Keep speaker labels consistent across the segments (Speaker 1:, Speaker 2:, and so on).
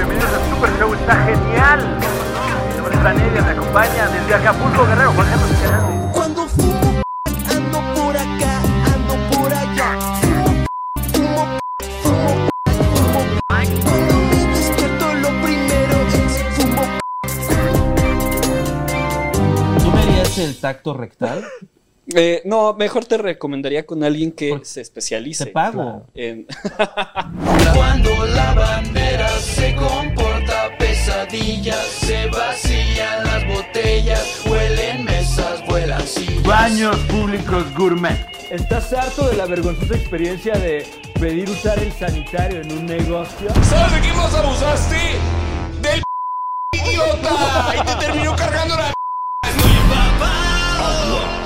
Speaker 1: Super Show está genial. Mi nombre es Franelia, me acompaña desde Acapulco, Guerrero, Jorge Luciano.
Speaker 2: Cuando fumo, ando por acá, ando por allá. Fumo, fumo, fumo, fumo. Cuando me despierto, lo primero es fumo.
Speaker 3: ¿Tú me harías el tacto rectal?
Speaker 4: Eh, no, mejor te recomendaría con alguien que
Speaker 3: Porque
Speaker 4: se especialice.
Speaker 3: Te pago.
Speaker 4: en-
Speaker 5: Cuando la bandera se comporta pesadillas, se vacían las botellas, huelen mesas, vuelan sillas.
Speaker 1: Baños públicos gourmet.
Speaker 6: ¿Estás harto de la vergonzosa experiencia de pedir usar el sanitario en un negocio?
Speaker 5: ¿Sabes de quién más abusaste? ¡Del idiota! Y te terminó cargando la Estoy empapado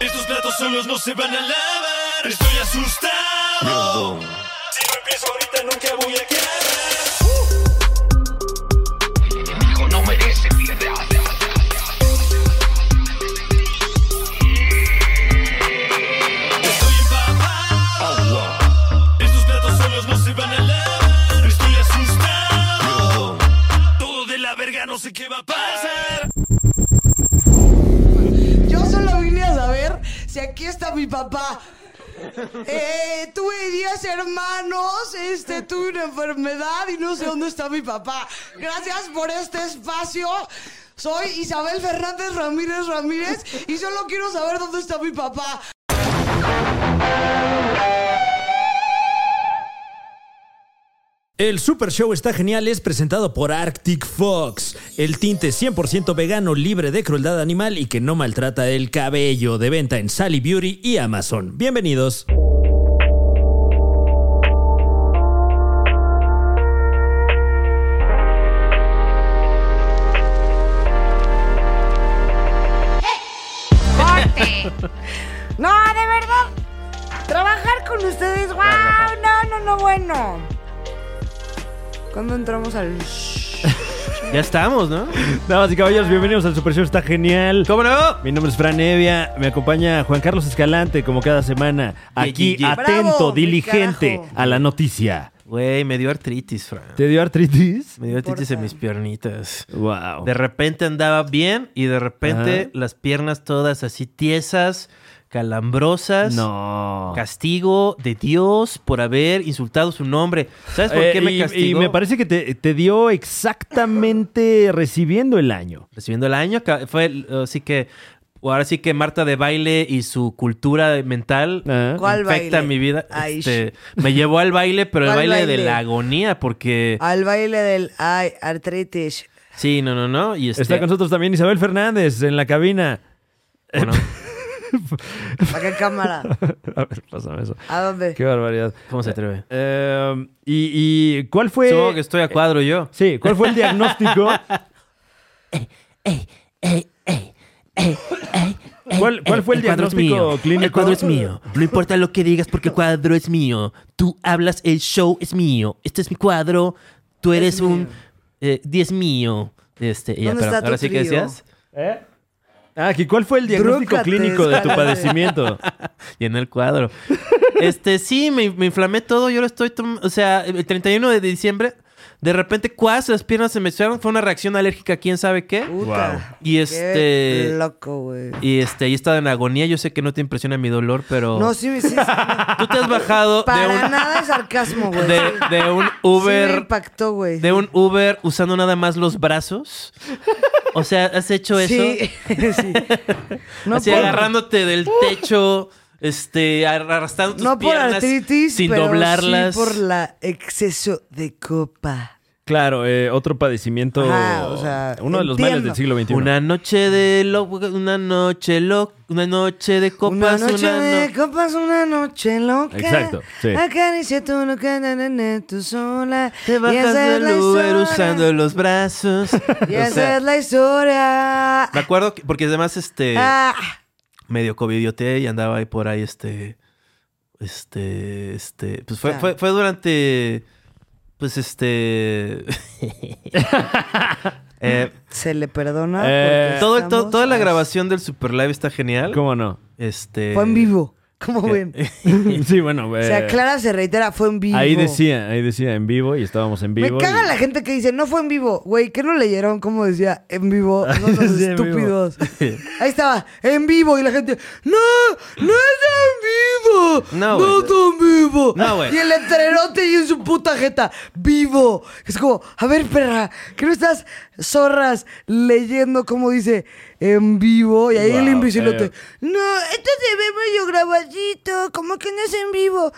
Speaker 5: Estos platos solos no se van a lavar Estoy asustado Si no empiezo ahorita nunca voy a quedar Estoy empapado Estos platos solos no se van a lavar Estoy asustado Todo de la verga no sé qué va a pasar
Speaker 7: Yo solo vine a saber si aquí está mi papá. Eh, tuve 10 hermanos, este, tuve una enfermedad y no sé dónde está mi papá. Gracias por este espacio. Soy Isabel Fernández Ramírez Ramírez y solo quiero saber dónde está mi papá.
Speaker 8: El Super Show está genial es presentado por Arctic Fox, el tinte 100% vegano libre de crueldad animal y que no maltrata el cabello, de venta en Sally Beauty y Amazon. Bienvenidos.
Speaker 9: Corte. No, de verdad. Trabajar con ustedes, wow, no, no, no, bueno. ¿Cuándo entramos al
Speaker 10: Ya estamos, ¿no?
Speaker 6: Damas y caballeros, bienvenidos al Super Show, está genial.
Speaker 10: ¿Cómo no?
Speaker 6: Mi nombre es Fran Evia, me acompaña Juan Carlos Escalante, como cada semana, aquí
Speaker 10: Ye, ye, ye.
Speaker 6: atento,
Speaker 9: Bravo, mi
Speaker 6: diligente
Speaker 9: carajo.
Speaker 6: a la noticia.
Speaker 10: Güey, me dio artritis, Fran.
Speaker 6: ¿Te dio artritis?
Speaker 10: Me dio artritis
Speaker 9: importa.
Speaker 10: en mis piernitas.
Speaker 6: Wow.
Speaker 10: De repente andaba bien y de repente las piernas todas así tiesas, calambrosas.
Speaker 6: No.
Speaker 10: Castigo de Dios por haber insultado su nombre. ¿Sabes por
Speaker 6: Eh,
Speaker 10: qué me
Speaker 6: y-
Speaker 10: castigó?
Speaker 6: y, me parece que te, te dio exactamente recibiendo el año.
Speaker 10: Recibiendo el año, ca- fue el- así que... Ahora sí que Marta de baile y su cultura mental
Speaker 6: Ah.
Speaker 10: afecta
Speaker 9: ¿Cuál baile?
Speaker 10: mi vida.
Speaker 9: Ay,
Speaker 10: Este, me llevó al baile, pero el
Speaker 9: ¿Cuál
Speaker 10: baile, de
Speaker 9: baile? Ah.
Speaker 10: la agonía, porque...
Speaker 9: al baile del ay, artritis?
Speaker 10: Sí, no, no, no. Y este,
Speaker 6: Está con nosotros también Isabel Fernández en la cabina.
Speaker 10: bueno,
Speaker 9: ¿A qué cámara?
Speaker 6: A ver, pásame eso.
Speaker 9: ¿A dónde?
Speaker 6: Qué barbaridad.
Speaker 10: ¿Cómo se atreve?
Speaker 6: Eh, y, y cuál fue? Eh,
Speaker 10: Supongo que estoy a cuadro yo.
Speaker 6: Sí, ¿cuál fue el diagnóstico? ¿Cuál, cuál fue el,
Speaker 10: cuadro es
Speaker 6: diagnóstico
Speaker 10: mío.
Speaker 6: clínico?
Speaker 10: El cuadro es mío. No importa lo que digas porque el cuadro es mío. Tú hablas, el show es mío. Este es mi cuadro. Tú eres un... eh, diez mío. Este, ya,
Speaker 9: ¿Dónde
Speaker 10: pero
Speaker 9: está tu
Speaker 10: ahora sí que
Speaker 9: trío?
Speaker 10: decías.
Speaker 6: Ah, que ¿cuál fue el diagnóstico
Speaker 9: Drúcate,
Speaker 6: clínico de tu
Speaker 9: Escalante.
Speaker 6: padecimiento?
Speaker 10: Y en el cuadro. este, sí, me, me inflamé todo. Yo lo estoy tomando. O sea, el 31 de diciembre, de repente, cuas, las piernas se me echaron. Fue una reacción alérgica, quién sabe qué.
Speaker 9: Puta.
Speaker 10: Y
Speaker 9: Qué
Speaker 10: este.
Speaker 9: loco, güey.
Speaker 10: Y este, ahí estaba en agonía. Yo sé que no te impresiona mi dolor,
Speaker 6: Oh.
Speaker 10: pero.
Speaker 9: No, sí, sí. sí.
Speaker 10: Tú te has bajado de
Speaker 9: Para
Speaker 10: un,
Speaker 9: nada es sarcasmo, güey.
Speaker 10: de,
Speaker 9: Sí.
Speaker 10: de un
Speaker 9: Sí me
Speaker 10: Uber.
Speaker 9: impactó, güey.
Speaker 10: de un Uber usando nada más los brazos. O sea, has hecho eso.
Speaker 9: Sí, sí. No
Speaker 10: así
Speaker 9: por-
Speaker 10: agarrándote del techo. Este, arrastrando tus
Speaker 9: No por
Speaker 10: piernas
Speaker 9: artritis,
Speaker 10: sin
Speaker 9: pero
Speaker 10: doblarlas.
Speaker 9: sí por la exceso de copa.
Speaker 6: Claro, eh, otro padecimiento.
Speaker 9: Ajá, o sea,
Speaker 6: uno de los males
Speaker 9: entiendo.
Speaker 6: del siglo XXI.
Speaker 10: Una noche de lo, una noche lo, una noche de copas,
Speaker 9: una noche
Speaker 10: no-
Speaker 9: de copas, una noche loca.
Speaker 6: Exacto, sí.
Speaker 9: Acaricia tu loca, na, na, na, tú sola.
Speaker 10: Te
Speaker 9: y
Speaker 10: bajas
Speaker 9: esa es la
Speaker 10: del Uber
Speaker 9: historia.
Speaker 10: usando los brazos.
Speaker 9: Y
Speaker 10: O
Speaker 9: esa
Speaker 10: sea,
Speaker 9: es la historia.
Speaker 10: me acuerdo que- porque además este
Speaker 9: Ah,
Speaker 10: medio covidiote y andaba ahí por ahí este este este pues fue,
Speaker 9: Ya.
Speaker 10: fue, fue durante pues este eh,
Speaker 9: se le perdona.
Speaker 6: Eh,
Speaker 9: porque
Speaker 10: todo, todo-
Speaker 9: estamos
Speaker 10: toda la
Speaker 9: a-
Speaker 10: grabación del Super Live está genial.
Speaker 6: ¿Cómo no?
Speaker 10: Este
Speaker 9: Fue en vivo. ¿Cómo ven?
Speaker 6: Eh,
Speaker 10: sí, bueno.
Speaker 9: O sea,
Speaker 10: eh,
Speaker 9: Clara se reitera, fue en vivo.
Speaker 10: Ahí decía, ahí decía en vivo y estábamos en vivo.
Speaker 9: Me caga
Speaker 10: y-
Speaker 9: la gente que dice, no fue en vivo. Güey, ¿qué no leyeron? ¿Cómo decía? En vivo. No son
Speaker 10: Sí, en vivo.
Speaker 9: estúpidos. Ahí estaba, en vivo. Y la gente, no, no es en vivo. No,
Speaker 11: No, güey.
Speaker 9: está en vivo.
Speaker 11: No, güey.
Speaker 9: Y el entrerote y en su puta jeta, vivo. Es como, a ver, perra, ¿qué no estás zorras leyendo cómo dice en vivo? Y ahí el
Speaker 10: Wow,
Speaker 9: imbécilote,
Speaker 10: eh.
Speaker 9: no, esto se ve medio grabadito, como que no es en vivo.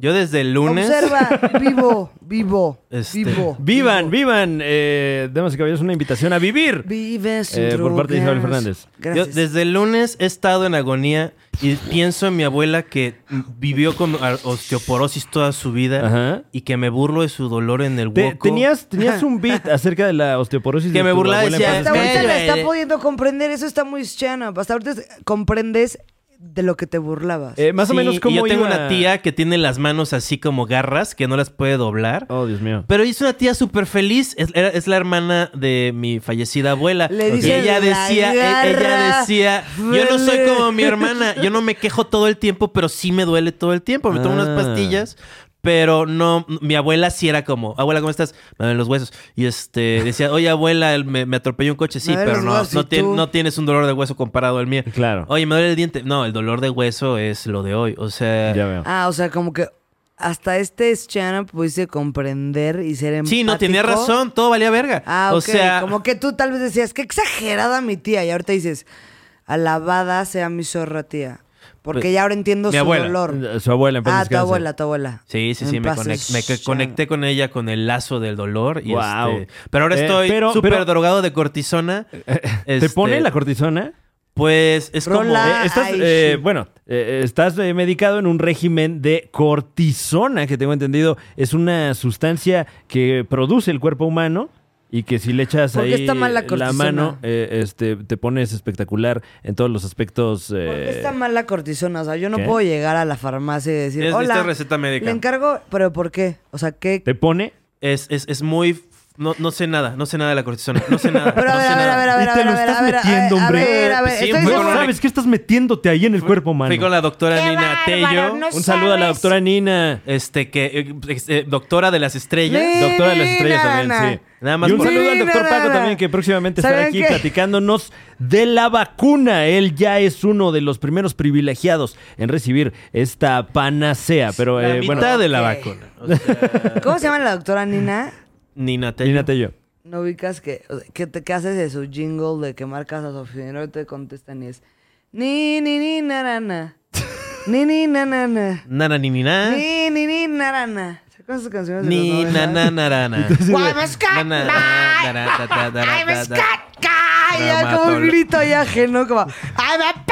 Speaker 11: Yo desde el lunes.
Speaker 9: Observa, vivo, vivo,
Speaker 10: Este,
Speaker 9: vivo.
Speaker 10: Vivan, vivan. Eh, damas y caballeros, una invitación a vivir.
Speaker 9: Vive sin
Speaker 10: Eh, por parte de Isabel
Speaker 9: drogas.
Speaker 10: Fernández.
Speaker 11: Yo desde el lunes he estado en agonía y pienso en mi abuela que vivió con ar- osteoporosis toda su vida y que me burlo de su dolor en el
Speaker 10: Te-
Speaker 11: hueco.
Speaker 10: tenías, tenías un beat acerca de la osteoporosis.
Speaker 11: Que
Speaker 10: de
Speaker 11: me
Speaker 10: tu
Speaker 11: burlaba,
Speaker 10: abuela en
Speaker 11: decía,
Speaker 10: paz
Speaker 9: Hasta
Speaker 10: descanse.
Speaker 9: ahorita la está
Speaker 11: eh.
Speaker 9: pudiendo comprender, eso está muy chana. Hasta ahorita es- comprendes de lo que te burlabas.
Speaker 10: Eh,
Speaker 11: Sí, y Yo tengo
Speaker 10: iba-
Speaker 11: una tía que tiene las manos así como garras, que no las puede doblar.
Speaker 10: Oh, Dios mío.
Speaker 11: Pero es una tía súper feliz. Es, era- es la hermana de mi fallecida abuela.
Speaker 9: Le
Speaker 11: Y
Speaker 9: dicen la
Speaker 11: ella decía, e- ella
Speaker 9: garra
Speaker 11: decía, yo no soy
Speaker 9: duele".
Speaker 11: como mi hermana. Yo no me quejo todo el tiempo, pero sí me duele todo el tiempo. Me tomo unas
Speaker 10: Ah.
Speaker 11: pastillas. Pero no, mi abuela sí era como, abuela, ¿cómo estás? Me duelen los huesos. Y este, decía, oye, abuela, me, me atropelló un coche. Sí,
Speaker 9: Me duelen
Speaker 11: pero
Speaker 9: los
Speaker 11: no,
Speaker 9: huesos,
Speaker 11: no,
Speaker 9: ¿y
Speaker 11: tien-
Speaker 9: tú?
Speaker 11: no tienes un dolor de hueso comparado al mío.
Speaker 10: Claro.
Speaker 11: Oye, me duele el diente. No, el dolor de hueso es lo de hoy. O sea,
Speaker 10: Ya veo.
Speaker 9: Ah, o sea, como que hasta este chana pudiste comprender y ser empático.
Speaker 11: Sí, no, tenía razón, todo valía verga.
Speaker 9: Ah,
Speaker 11: O
Speaker 9: ok.
Speaker 11: sea,
Speaker 9: Como que tú tal vez decías, qué exagerada mi tía. Y ahorita dices, alabada sea mi zorra tía. Porque
Speaker 11: Pues,
Speaker 9: ya ahora entiendo
Speaker 11: mi
Speaker 9: su
Speaker 11: abuela.
Speaker 9: dolor.
Speaker 10: Eh, Su abuela en paz
Speaker 9: Ah, tu
Speaker 10: descanse.
Speaker 9: abuela, tu abuela.
Speaker 11: Sí, sí,
Speaker 9: En
Speaker 11: sí, me,
Speaker 9: paz
Speaker 11: conec- me que-
Speaker 9: descanse.
Speaker 11: conecté con ella con el lazo del dolor. Y
Speaker 10: Guau.
Speaker 11: este- pero ahora
Speaker 10: Eh,
Speaker 11: estoy
Speaker 10: pero-
Speaker 11: súper
Speaker 10: pero-
Speaker 11: drogado de cortisona. Este,
Speaker 10: ¿Te
Speaker 9: Este,
Speaker 10: pone la cortisona?
Speaker 11: Pues es como...
Speaker 10: Eh, estás, eh, bueno, eh, estás eh, medicado en un régimen de cortisona, que tengo entendido es una sustancia que produce el cuerpo humano y que si le echas
Speaker 9: ¿Por qué
Speaker 10: ahí
Speaker 9: está mal la cortisona?
Speaker 10: mano, eh, este, te pones espectacular en todos los aspectos. eh,
Speaker 9: Está mal la cortisona, o sea, yo no
Speaker 10: ¿Qué?
Speaker 9: puedo llegar a la farmacia y decir,
Speaker 11: Necesitas
Speaker 9: hola,
Speaker 11: receta médica".
Speaker 9: le encargo, pero ¿por qué? O sea, ¿qué?
Speaker 10: ¿Te pone?
Speaker 11: Es, es, es muy... No, no sé nada, no sé nada de la cortisona. No sé nada.
Speaker 9: Pero a
Speaker 11: no
Speaker 9: ver,
Speaker 11: sé
Speaker 9: a ver,
Speaker 11: nada.
Speaker 9: a ver, a ver, a
Speaker 10: te lo
Speaker 9: ver,
Speaker 10: estás
Speaker 9: a ver, a ver,
Speaker 10: metiendo,
Speaker 9: a
Speaker 10: hombre.
Speaker 9: ver, a ver,
Speaker 11: Sí,
Speaker 9: estoy
Speaker 11: fue
Speaker 9: segura-
Speaker 11: con una-
Speaker 10: ¿Sabes qué estás metiéndote ahí en el cuerpo humano?
Speaker 11: Fui con la doctora Nina Tello.
Speaker 9: no
Speaker 10: Un saludo a la doctora Nina.
Speaker 11: Este, que... eh, ex- eh, doctora de las estrellas.
Speaker 9: Divina,
Speaker 10: Doctora de las estrellas
Speaker 9: Ana.
Speaker 10: también, sí.
Speaker 11: Nada más
Speaker 10: y un
Speaker 11: por-
Speaker 10: saludo al
Speaker 9: Divina,
Speaker 10: doctor Paco
Speaker 9: Ana.
Speaker 10: también, que próximamente estará
Speaker 9: ¿Saben
Speaker 10: aquí
Speaker 9: qué?
Speaker 10: platicándonos de la vacuna. Él ya es uno de los primeros privilegiados en recibir esta panacea. Pero
Speaker 11: La
Speaker 10: eh,
Speaker 11: mitad
Speaker 10: bueno,
Speaker 11: de la
Speaker 9: Ok.
Speaker 11: vacuna. O sea,
Speaker 9: ¿Cómo se llama la doctora Nina?
Speaker 11: Nina Tello.
Speaker 10: imagínate yo.
Speaker 9: No ubicas que, o sea, que, te- que haces de su jingle de que marcas a Sofía y no te contestan y es ni ni ni narana. Ni ni na na na.
Speaker 11: Nana ni ni na.
Speaker 9: Ni ni ni narana. ¿Se acuerdan esas canciones? de los
Speaker 11: Ah. Ni
Speaker 9: noventas?
Speaker 11: na na na na na.
Speaker 9: Guay, me esca-
Speaker 11: Na, na,
Speaker 9: Bye.
Speaker 11: da, da, da, da, da,
Speaker 9: Ay, me
Speaker 11: da, da.
Speaker 9: escaca. Ya como un
Speaker 11: Traumatólogo.
Speaker 9: grito ya ajeno, como "Ah, ay, me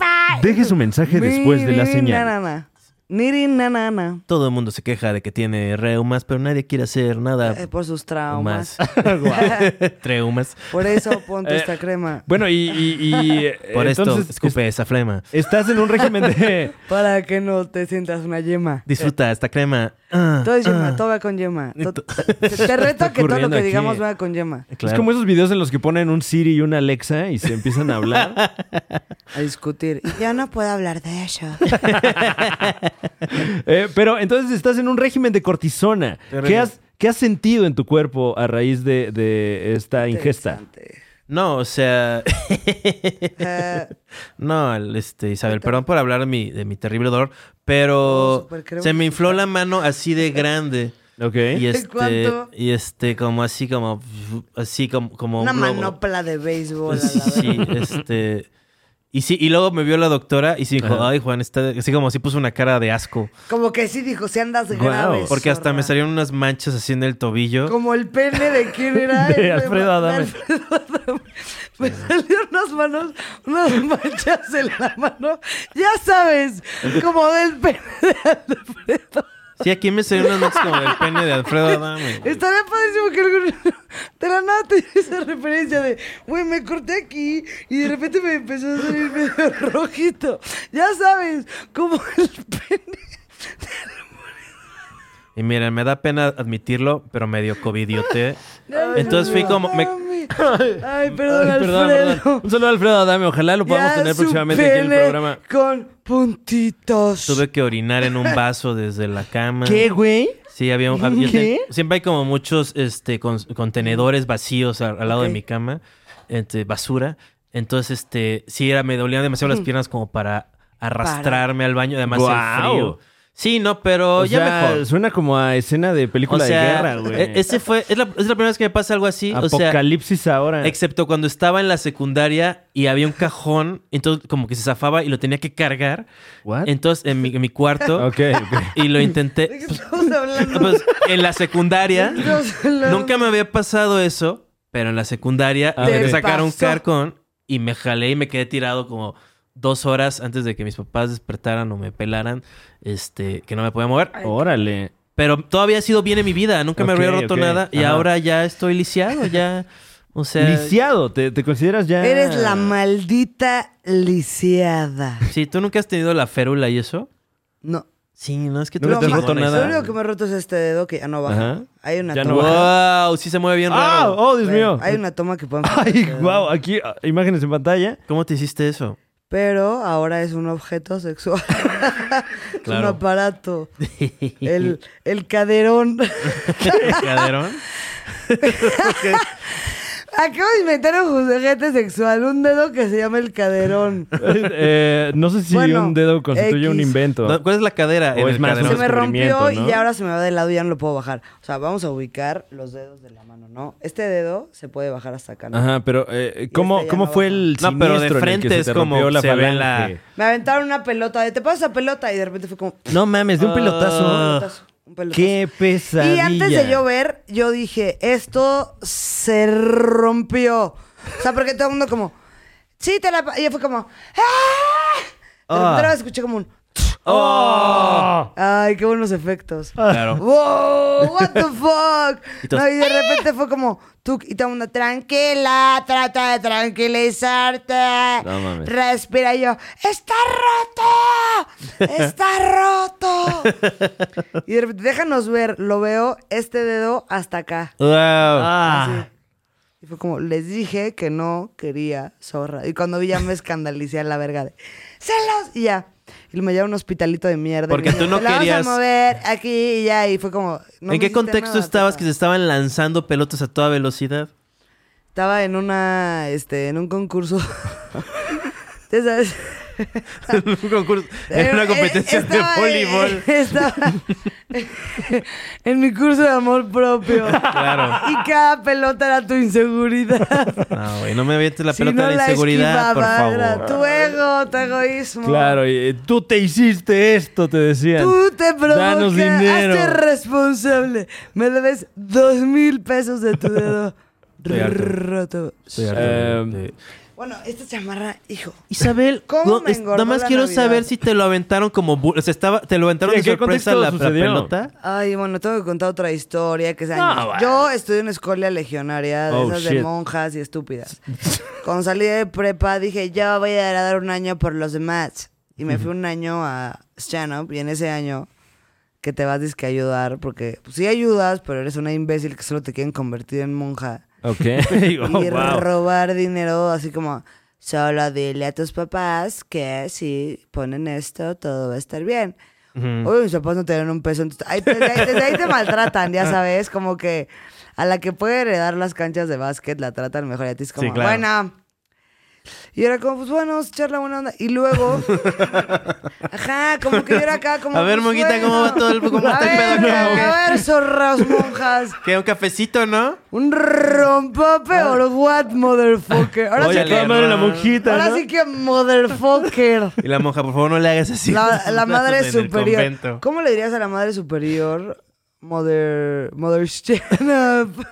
Speaker 9: papá.
Speaker 10: Deje su mensaje después de la
Speaker 9: Mirin,
Speaker 10: señal.
Speaker 9: nanana. Mirin, nanana.
Speaker 11: Todo el mundo se queja de que tiene reumas, pero nadie quiere hacer
Speaker 9: Eh,
Speaker 11: nada
Speaker 9: por sus
Speaker 11: Ah. más.
Speaker 9: traumas.
Speaker 11: Treumas.
Speaker 9: Por eso
Speaker 11: Eh.
Speaker 9: ponte esta crema.
Speaker 10: Bueno, y, y- y, eh,
Speaker 11: Por
Speaker 10: entonces,
Speaker 11: esto, escupe esa flema.
Speaker 10: es- Estás en un régimen de...
Speaker 9: Para que no te sientas una yema.
Speaker 11: Disfruta esta crema. Ah,
Speaker 9: Todo es yema,
Speaker 11: ah.
Speaker 9: todo va con yema. To-
Speaker 11: Esto-
Speaker 9: te, te reto a que todo lo
Speaker 10: ocurriendo
Speaker 9: que
Speaker 10: aquí?
Speaker 9: digamos va con yema.
Speaker 11: Claro.
Speaker 10: Es como esos videos en los que ponen un Siri y una Alexa y se empiezan a hablar.
Speaker 9: A discutir. Y Yo no puedo hablar de eso.
Speaker 10: Eh, pero entonces estás en un régimen de cortisona.
Speaker 11: Terrible.
Speaker 10: ¿Qué has, qué has sentido en tu cuerpo a raíz de, de esta ingesta?
Speaker 9: Interesante.
Speaker 11: No, o sea.
Speaker 9: Eh,
Speaker 11: No, el- este, Isabel, perdón por hablar de mi, de mi terrible dolor,
Speaker 9: No,
Speaker 11: pero
Speaker 9: súper, creo
Speaker 11: se
Speaker 9: que-
Speaker 11: me infló la mano así de grande.
Speaker 10: Ok.
Speaker 11: Y este,
Speaker 9: cuánto?
Speaker 11: y este, como así, como, así, como, como
Speaker 9: una
Speaker 11: un globo.
Speaker 9: manopla de béisbol. a la
Speaker 11: Sí,
Speaker 9: verga.
Speaker 11: este. Y sí, y luego me vio la doctora y sí dijo, ay, Juan, está. Así como así puso una cara de asco.
Speaker 9: Como que sí dijo, si andas grave.
Speaker 11: Porque hasta me
Speaker 9: zorra.
Speaker 11: salieron unas manchas así en el tobillo.
Speaker 9: Como el pene de quién era.
Speaker 10: De
Speaker 9: El
Speaker 10: Alfredo Adame.
Speaker 9: Alfredo Adame. Me salieron unas manos, unas manchas en la mano. Ya sabes, como del pene.
Speaker 11: Sí, aquí me salieron unas manchas como del pene de Alfredo Adame.
Speaker 9: Estaría padrísimo que algún... de la nada te diera esa referencia de, güey, me corté aquí y de repente me empezó a salir medio rojito. Ya sabes, como el pene.
Speaker 11: Y miren, me da pena admitirlo, pero medio covidiote.
Speaker 9: Ay,
Speaker 11: Entonces fui
Speaker 9: no
Speaker 11: como. Me,
Speaker 9: mames. Ay, perdón,
Speaker 10: Ay, perdón,
Speaker 9: Alfredo.
Speaker 10: perdón. Un saludo a Alfredo Adame. Ojalá lo podamos
Speaker 9: Ya eh.
Speaker 10: tener
Speaker 9: su
Speaker 10: próximamente aquí en el
Speaker 9: pene
Speaker 10: programa.
Speaker 9: Con puntitos.
Speaker 11: Tuve que orinar en un vaso desde la cama.
Speaker 9: ¿Qué, güey?
Speaker 11: Sí, había un... había-
Speaker 9: ¿Qué?
Speaker 11: siempre hay como muchos este, con- contenedores vacíos al, al lado
Speaker 9: Ok.
Speaker 11: de mi cama, este, basura. Entonces, este, sí, era, me dolían demasiado las
Speaker 9: Ujú.
Speaker 11: piernas como para arrastrarme al baño. Además, el
Speaker 10: Guau.
Speaker 11: frío. Sí, no, pero
Speaker 10: O
Speaker 11: ya
Speaker 10: sea,
Speaker 11: mejor.
Speaker 10: Suena como a escena de película de guerra, güey.
Speaker 11: e- Ese fue, es la, es la primera vez que me pasa algo así. o sea,
Speaker 10: Apocalipsis ahora.
Speaker 11: excepto cuando estaba en la secundaria y había un cajón, entonces como que se zafaba y lo tenía que cargar. Entonces en mi, en mi cuarto. Y lo
Speaker 10: Eh,
Speaker 11: intenté. Pues,
Speaker 9: Estamos hablando.
Speaker 11: pues, en la secundaria.
Speaker 9: Estamos hablando-
Speaker 11: nunca me había pasado eso, pero en la secundaria
Speaker 10: Ah,
Speaker 9: A
Speaker 11: me
Speaker 9: ver.
Speaker 11: sacaron un
Speaker 9: Pasó.
Speaker 11: carcón y me jalé y me quedé tirado como dos horas antes de que mis papás despertaran o me pelaran, este, que no me podía mover.
Speaker 10: Órale.
Speaker 11: Pero todavía ha sido bien en mi vida, nunca me
Speaker 10: Ok,
Speaker 11: había roto
Speaker 10: ok.
Speaker 11: nada y
Speaker 10: Ajá.
Speaker 11: ahora ya estoy lisiado, ya, o sea...
Speaker 10: Lisiado, ¿te, te consideras ya?
Speaker 9: Eres la maldita lisiada.
Speaker 11: Sí, ¿tú nunca has tenido la férula y eso?
Speaker 9: No.
Speaker 11: Sí, no, es que tú
Speaker 9: No
Speaker 11: eres chingón en
Speaker 9: Lo
Speaker 11: eso.
Speaker 9: único que me he roto es este dedo que ya no baja.
Speaker 11: Ajá.
Speaker 9: Hay una
Speaker 11: Ya no
Speaker 9: toma.
Speaker 11: baja. Wow, sí se mueve bien
Speaker 10: ¡Ah!
Speaker 11: raro.
Speaker 10: ¡Oh, Dios
Speaker 9: Ven,
Speaker 10: mío!
Speaker 9: Hay una toma que podemos.
Speaker 10: Ay, wow, aquí ah, imágenes en pantalla.
Speaker 11: ¿Cómo te hiciste eso?
Speaker 9: Pero ahora es un objeto sexual. Es un
Speaker 11: Claro.
Speaker 9: aparato. El, el caderón.
Speaker 11: ¿Caderón?
Speaker 9: Acabo de inventar un juguete sexual, un dedo que se llama el caderón.
Speaker 10: Eh, no sé si
Speaker 9: Bueno,
Speaker 10: un dedo constituye un
Speaker 9: X.
Speaker 10: invento.
Speaker 11: No, ¿Cuál es la cadera?
Speaker 10: O
Speaker 11: en
Speaker 10: es
Speaker 11: el
Speaker 10: más
Speaker 11: caderón?
Speaker 9: se me rompió
Speaker 10: ¿no?
Speaker 9: y ahora se me va de lado y ya no lo puedo bajar. O sea, vamos a ubicar los dedos de la mano, ¿no? Este dedo se puede bajar hasta acá. ¿no?
Speaker 10: Ajá, pero eh, ¿cómo,
Speaker 9: este ya
Speaker 10: ¿cómo
Speaker 9: no
Speaker 10: fue
Speaker 9: baja.
Speaker 10: el
Speaker 11: No, pero de
Speaker 10: siniestro en el que
Speaker 11: frente
Speaker 10: se
Speaker 11: es
Speaker 10: te
Speaker 11: como
Speaker 10: rompió la
Speaker 11: se ve la-
Speaker 10: falange?
Speaker 9: Me aventaron una pelota de te paso esa pelota y de repente fue como
Speaker 10: No mames, de un pelotazo.
Speaker 9: un pelotazo, un pelotazo.
Speaker 10: Qué pesadilla.
Speaker 9: Y antes de yo ver, yo dije, esto se rompió. O sea, porque todo el mundo como, sí, te la... pa-". Y yo fue como, ¡ah! De
Speaker 11: Ah. Oh.
Speaker 9: repente escuché como un... ¡Ah! Ay, qué buenos efectos.
Speaker 11: Claro.
Speaker 9: ¡Wow! ¡What the fuck!
Speaker 11: Y todos, "Ah".
Speaker 9: No, y de repente fue como, tú y todo el mundo, tranquila, trata de tranquilizarte.
Speaker 11: No mames.
Speaker 9: Respira y yo, ¡está roto! ¡Está roto! y de repente, déjanos ver, lo veo, este dedo hasta acá.
Speaker 11: Wow.
Speaker 9: Ah,
Speaker 11: Ah.
Speaker 9: Así. Y fue como, les dije que no quería zorra. Y cuando vi ya me escandalicé a la verga de celos y ya. Y me llevaron a un hospitalito de mierda. y
Speaker 11: Porque
Speaker 9: me
Speaker 11: tú
Speaker 9: dijo,
Speaker 11: no
Speaker 9: "Te la
Speaker 11: querías-
Speaker 9: Vamos a mover aquí y ya. Y fue como. no me
Speaker 11: ¿En qué
Speaker 9: hiciste
Speaker 11: contexto
Speaker 9: nada,
Speaker 11: estabas
Speaker 9: papá.
Speaker 11: que se estaban lanzando pelotas a toda velocidad?
Speaker 9: Estaba en una. Este, en un concurso. Ya sabes.
Speaker 11: en un concurso, en una
Speaker 9: Eh,
Speaker 11: competencia de
Speaker 9: estaba-
Speaker 11: voleibol.
Speaker 9: Estaba en mi curso de amor propio.
Speaker 11: Claro.
Speaker 9: Y cada pelota era tu inseguridad.
Speaker 11: No, güey, no me avientes la
Speaker 9: Si
Speaker 11: pelota
Speaker 9: no
Speaker 11: de la
Speaker 9: la
Speaker 11: inseguridad, por
Speaker 9: esquivaba, era
Speaker 11: favor.
Speaker 9: Tu ego, tu egoísmo.
Speaker 10: Claro, y, eh, tú te hiciste esto, te decían.
Speaker 9: Tú te
Speaker 10: Danos
Speaker 9: provocas,
Speaker 10: dinero.
Speaker 9: hazte responsable. Me debes dos mil pesos de tu dedo
Speaker 11: Estoy harto.
Speaker 9: roto.
Speaker 11: Estoy harto
Speaker 10: Eh,
Speaker 11: de- de-
Speaker 9: Bueno, esta chamarra, hijo.
Speaker 11: Isabel,
Speaker 9: ¿cómo
Speaker 11: No,
Speaker 9: me
Speaker 11: es-
Speaker 9: engordó
Speaker 11: nada más
Speaker 9: la
Speaker 11: quiero
Speaker 9: Navidad?
Speaker 11: saber si te lo aventaron como... bu- O sea, estaba, ¿te lo aventaron
Speaker 10: Sí,
Speaker 11: de
Speaker 10: ¿en qué
Speaker 11: sorpresa
Speaker 10: contexto
Speaker 11: la, la
Speaker 10: sucedió?
Speaker 11: pelota?
Speaker 9: Ay, bueno, tengo que contar otra historia que es
Speaker 10: No,
Speaker 9: años.
Speaker 10: bueno.
Speaker 9: Yo estudié en una escuela legionaria de
Speaker 10: Oh,
Speaker 9: esas de
Speaker 10: shit.
Speaker 9: monjas y estúpidas. Cuando salí de prepa dije, yo voy a dar un año por los demás. Y me fui un año a Stanhope y en ese año que te vas disque a ayudar porque pues, sí ayudas, pero eres una imbécil que solo te quieren convertir en monja.
Speaker 10: Ok.
Speaker 9: y
Speaker 10: Oh, wow.
Speaker 9: robar dinero así como solo dile a tus papás que si ponen esto todo va a estar bien.
Speaker 2: Ujú.
Speaker 9: Obvio, mis papás no te dan un peso. entonces, ahí, te- desde ahí- desde ahí te maltratan, ya sabes, como que a la que puede heredar las canchas de básquet la tratan mejor. Y a ti es como,
Speaker 2: claro.
Speaker 9: bueno. Y era como, pues bueno, vamos a echar la buena onda. Y luego, ajá, como que yo era acá, como.
Speaker 11: A ver,
Speaker 9: pues,
Speaker 11: monjita, ¿cómo va todo el- cómo
Speaker 9: a
Speaker 11: está el
Speaker 9: ver,
Speaker 11: pedo acá,
Speaker 9: A ver, zorras, monjas.
Speaker 11: Que un cafecito, ¿no?
Speaker 9: Un rompope
Speaker 10: Ah.
Speaker 9: or what, motherfucker. Ahora
Speaker 11: Oye,
Speaker 9: sí
Speaker 11: a toda
Speaker 9: que.
Speaker 11: madre la monjita,
Speaker 9: Ahora
Speaker 11: ¿no?
Speaker 9: sí que, motherfucker.
Speaker 11: Y la monja, por favor, no le hagas así.
Speaker 9: La, la
Speaker 11: En
Speaker 9: madre
Speaker 11: el
Speaker 9: superior.
Speaker 11: convento.
Speaker 9: ¿Cómo le dirías a la madre superior? Mother. Mother stand up.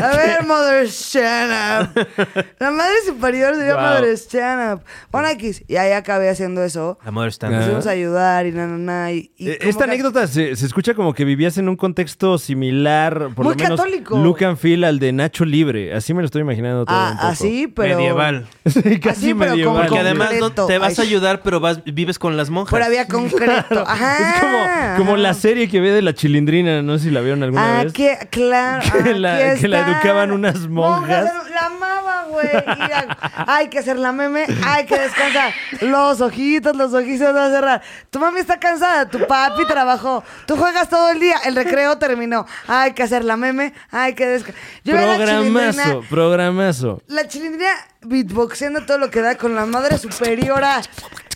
Speaker 9: A ver, mother stand up. La madre superior sería
Speaker 11: Wow.
Speaker 9: mother stand up. Bueno, X. Y ahí acabé haciendo eso.
Speaker 11: La madre está...
Speaker 9: Nos
Speaker 10: Ajá.
Speaker 9: fuimos a ayudar y na, na, na. Y, y
Speaker 10: Eh,
Speaker 9: como
Speaker 10: Esta
Speaker 9: que-
Speaker 10: anécdota se, se escucha como que vivías en un contexto similar, por
Speaker 9: Muy
Speaker 10: lo menos
Speaker 9: católico.
Speaker 10: look and feel al de Nacho Libre. Así me lo estoy imaginando todo.
Speaker 9: Ah,
Speaker 10: un poco.
Speaker 9: así, pero- Medieval.
Speaker 10: Sí, casi
Speaker 9: Así, pero
Speaker 10: medieval.
Speaker 9: con
Speaker 11: Porque además no
Speaker 9: concreto.
Speaker 11: te vas a
Speaker 9: Ay.
Speaker 11: ayudar, pero vas, vives con las monjas.
Speaker 9: Pero había concreto. Ajá.
Speaker 10: Como la serie que ve de la chilindrina, no sé si la vieron alguna
Speaker 9: Ah,
Speaker 10: vez.
Speaker 9: que, claro.
Speaker 10: Que, la,
Speaker 9: aquí
Speaker 10: que la
Speaker 9: están.
Speaker 10: educaban unas monjas.
Speaker 9: Monjas, güey. Mira, hay que hacer la meme, hay que descansar. Los ojitos, los ojitos van a cerrar. Tu mami está cansada, tu papi trabajó. Tú juegas todo el día, el recreo terminó. Hay que hacer la meme, hay que descansar. Yo veo a la
Speaker 10: Programazo,
Speaker 9: chilindrina,
Speaker 10: programazo.
Speaker 9: la chilindrina beatboxeando todo lo que da con la madre superiora.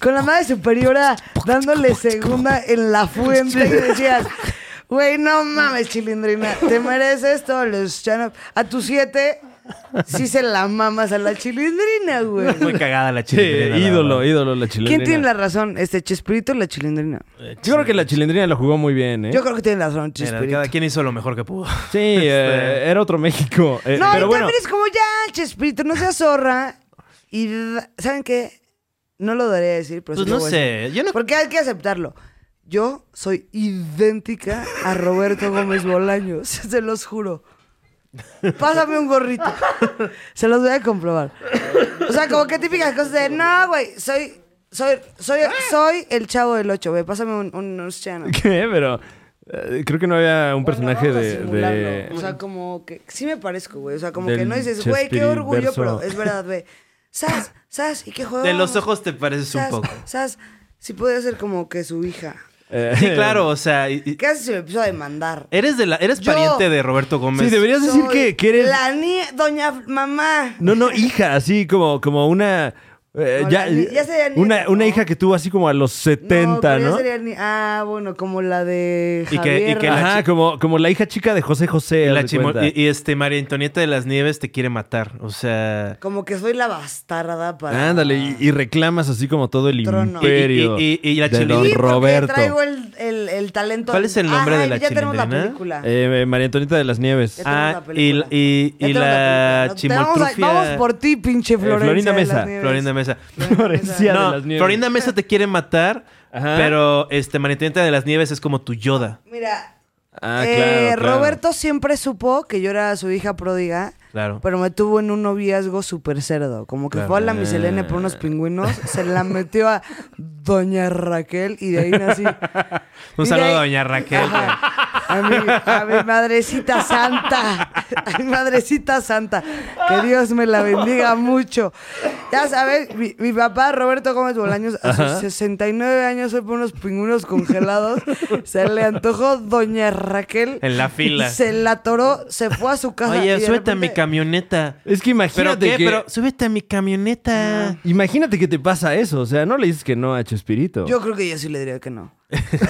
Speaker 9: Con la madre superiora dándole segunda en la fuente. Y decías, güey, no mames, chilindrina. Te mereces todos los chanos. A tus siete, sí se la mamas a la chilindrina, güey.
Speaker 11: Muy cagada la
Speaker 10: Sí,
Speaker 11: chilindrina. la
Speaker 10: ídolo,
Speaker 11: verdad.
Speaker 10: ídolo la chilindrina.
Speaker 9: ¿Quién tiene la razón? ¿Este Chespirito o la chilindrina?
Speaker 10: Yo creo que la chilindrina lo jugó muy bien, ¿eh?
Speaker 9: Yo creo que tiene la razón
Speaker 11: Mira,
Speaker 9: Chespirito.
Speaker 11: cada quien hizo lo mejor que pudo.
Speaker 9: Pues
Speaker 10: Sí, eh, era otro México. eh,
Speaker 9: No,
Speaker 10: pero
Speaker 9: y
Speaker 10: bueno,
Speaker 9: también es como ya, Chespirito, no seas zorra. Y da- ¿saben qué? No lo daré a decir, pero
Speaker 11: Pues
Speaker 9: sí lo
Speaker 11: no
Speaker 9: voy a
Speaker 11: sé,
Speaker 9: decir. Porque hay que aceptarlo. Yo soy idéntica a Roberto Gómez Bolaños, se los juro. Pásame un gorrito. Se los voy a comprobar. O sea, como que típicas cosas de, no, güey, soy, soy, soy, soy el chavo del 8, güey. Pásame un, un, unos chanos".
Speaker 10: ¿qué? Pero eh, creo que no había un personaje de... de-
Speaker 9: O sea, como que sí me parezco, güey. O sea, como
Speaker 10: Del
Speaker 9: que no dices, güey, qué
Speaker 10: Chespirito
Speaker 9: orgullo,
Speaker 10: verso.
Speaker 9: pero es verdad, güey. Sas, sas, ¿y qué juego?
Speaker 11: De los ojos te pareces un poco.
Speaker 9: Sas, si podía ser como que su hija.
Speaker 10: eh,
Speaker 11: Sí, claro, o sea, y- y-
Speaker 9: ¿Qué haces si me empiezo a demandar?
Speaker 11: eres de la, eres
Speaker 9: Yo-
Speaker 11: pariente de Roberto Gómez.
Speaker 10: Sí, deberías decir
Speaker 9: Soy
Speaker 10: que, que eres...
Speaker 9: La niña, doña F- mamá.
Speaker 10: No, no, hija, así como, como una... eh,
Speaker 9: No,
Speaker 10: ya,
Speaker 9: la ni- ya sería nieta,
Speaker 10: una, una hija que tuvo así como a los 70,
Speaker 9: pero ya
Speaker 10: ¿no?
Speaker 9: sería ni- ah, bueno, como la de
Speaker 11: Y que- y
Speaker 9: Javier.
Speaker 11: que la
Speaker 10: Ajá,
Speaker 11: chi-
Speaker 10: como, como la hija chica de José José.
Speaker 11: Y, la
Speaker 10: haz de
Speaker 11: chimo-
Speaker 10: cuenta.
Speaker 11: y- y, este María Antonieta de las Nieves te quiere matar. O sea.
Speaker 9: Como que soy la bastarda para...
Speaker 10: Ándale, y, y reclamas así como todo el
Speaker 9: Trono.
Speaker 10: imperio.
Speaker 11: Y- y- y- y la
Speaker 10: de
Speaker 11: chilindrina.
Speaker 10: Don
Speaker 11: Sí, porque
Speaker 10: Roberto.
Speaker 9: Que traigo el, el, el talento...
Speaker 11: ¿Cuál es el nombre
Speaker 9: Ajá,
Speaker 11: de la
Speaker 9: ya tenemos la
Speaker 11: chilindrina?
Speaker 9: película.
Speaker 10: Eh, eh, María Antonieta de las Nieves.
Speaker 9: Ya
Speaker 11: Ah,
Speaker 9: tenemos la
Speaker 11: y,
Speaker 9: película.
Speaker 11: y- y
Speaker 9: Ya tenemos
Speaker 11: la
Speaker 9: película. Te vamos, a-
Speaker 11: chimoltrufia.
Speaker 9: vamos por ti, pinche
Speaker 10: Eh,
Speaker 9: Florencia.
Speaker 10: Florinda
Speaker 9: de las
Speaker 10: Mesa,
Speaker 9: Nieves.
Speaker 11: Florinda Mesa.
Speaker 10: Florencia
Speaker 11: No,
Speaker 10: de las Nieves.
Speaker 11: Florinda Mesa te quiere matar,
Speaker 10: Ajá.
Speaker 11: pero este María Antonieta de las Nieves es como tu Yoda.
Speaker 9: Mira,
Speaker 10: Ah,
Speaker 9: eh,
Speaker 10: claro, claro.
Speaker 9: Roberto siempre supo que yo era su hija pródiga.
Speaker 11: Claro.
Speaker 9: Pero me tuvo en un noviazgo súper cerdo. Como que
Speaker 11: Claro.
Speaker 9: fue a la miselene por unos pingüinos, se la metió a Doña Raquel y de ahí nací.
Speaker 11: Un
Speaker 9: Y de
Speaker 11: saludo
Speaker 9: ahí-
Speaker 11: a doña Raquel.
Speaker 9: Ajá. A mi, a mi madrecita santa. A mi madrecita santa. Que Dios me la bendiga mucho. Ya sabes, mi, mi papá Roberto Gómez Bolaños, a
Speaker 10: Ajá.
Speaker 9: sus 69 años, fue por unos pingüinos congelados. Se le antojó Doña Raquel.
Speaker 11: En la fila.
Speaker 9: y Se la atoró, se fue a su casa. y
Speaker 11: Oye,
Speaker 9: de
Speaker 11: súbete a mi
Speaker 9: repente-
Speaker 11: camioneta.
Speaker 10: Es que
Speaker 11: ¿Pero
Speaker 10: imagínate
Speaker 11: qué?
Speaker 10: que...
Speaker 11: Pero súbete a mi camioneta.
Speaker 10: Imagínate que te pasa eso. O sea, no le dices que no a Chespirito.
Speaker 9: Yo creo que yo sí le diría que no.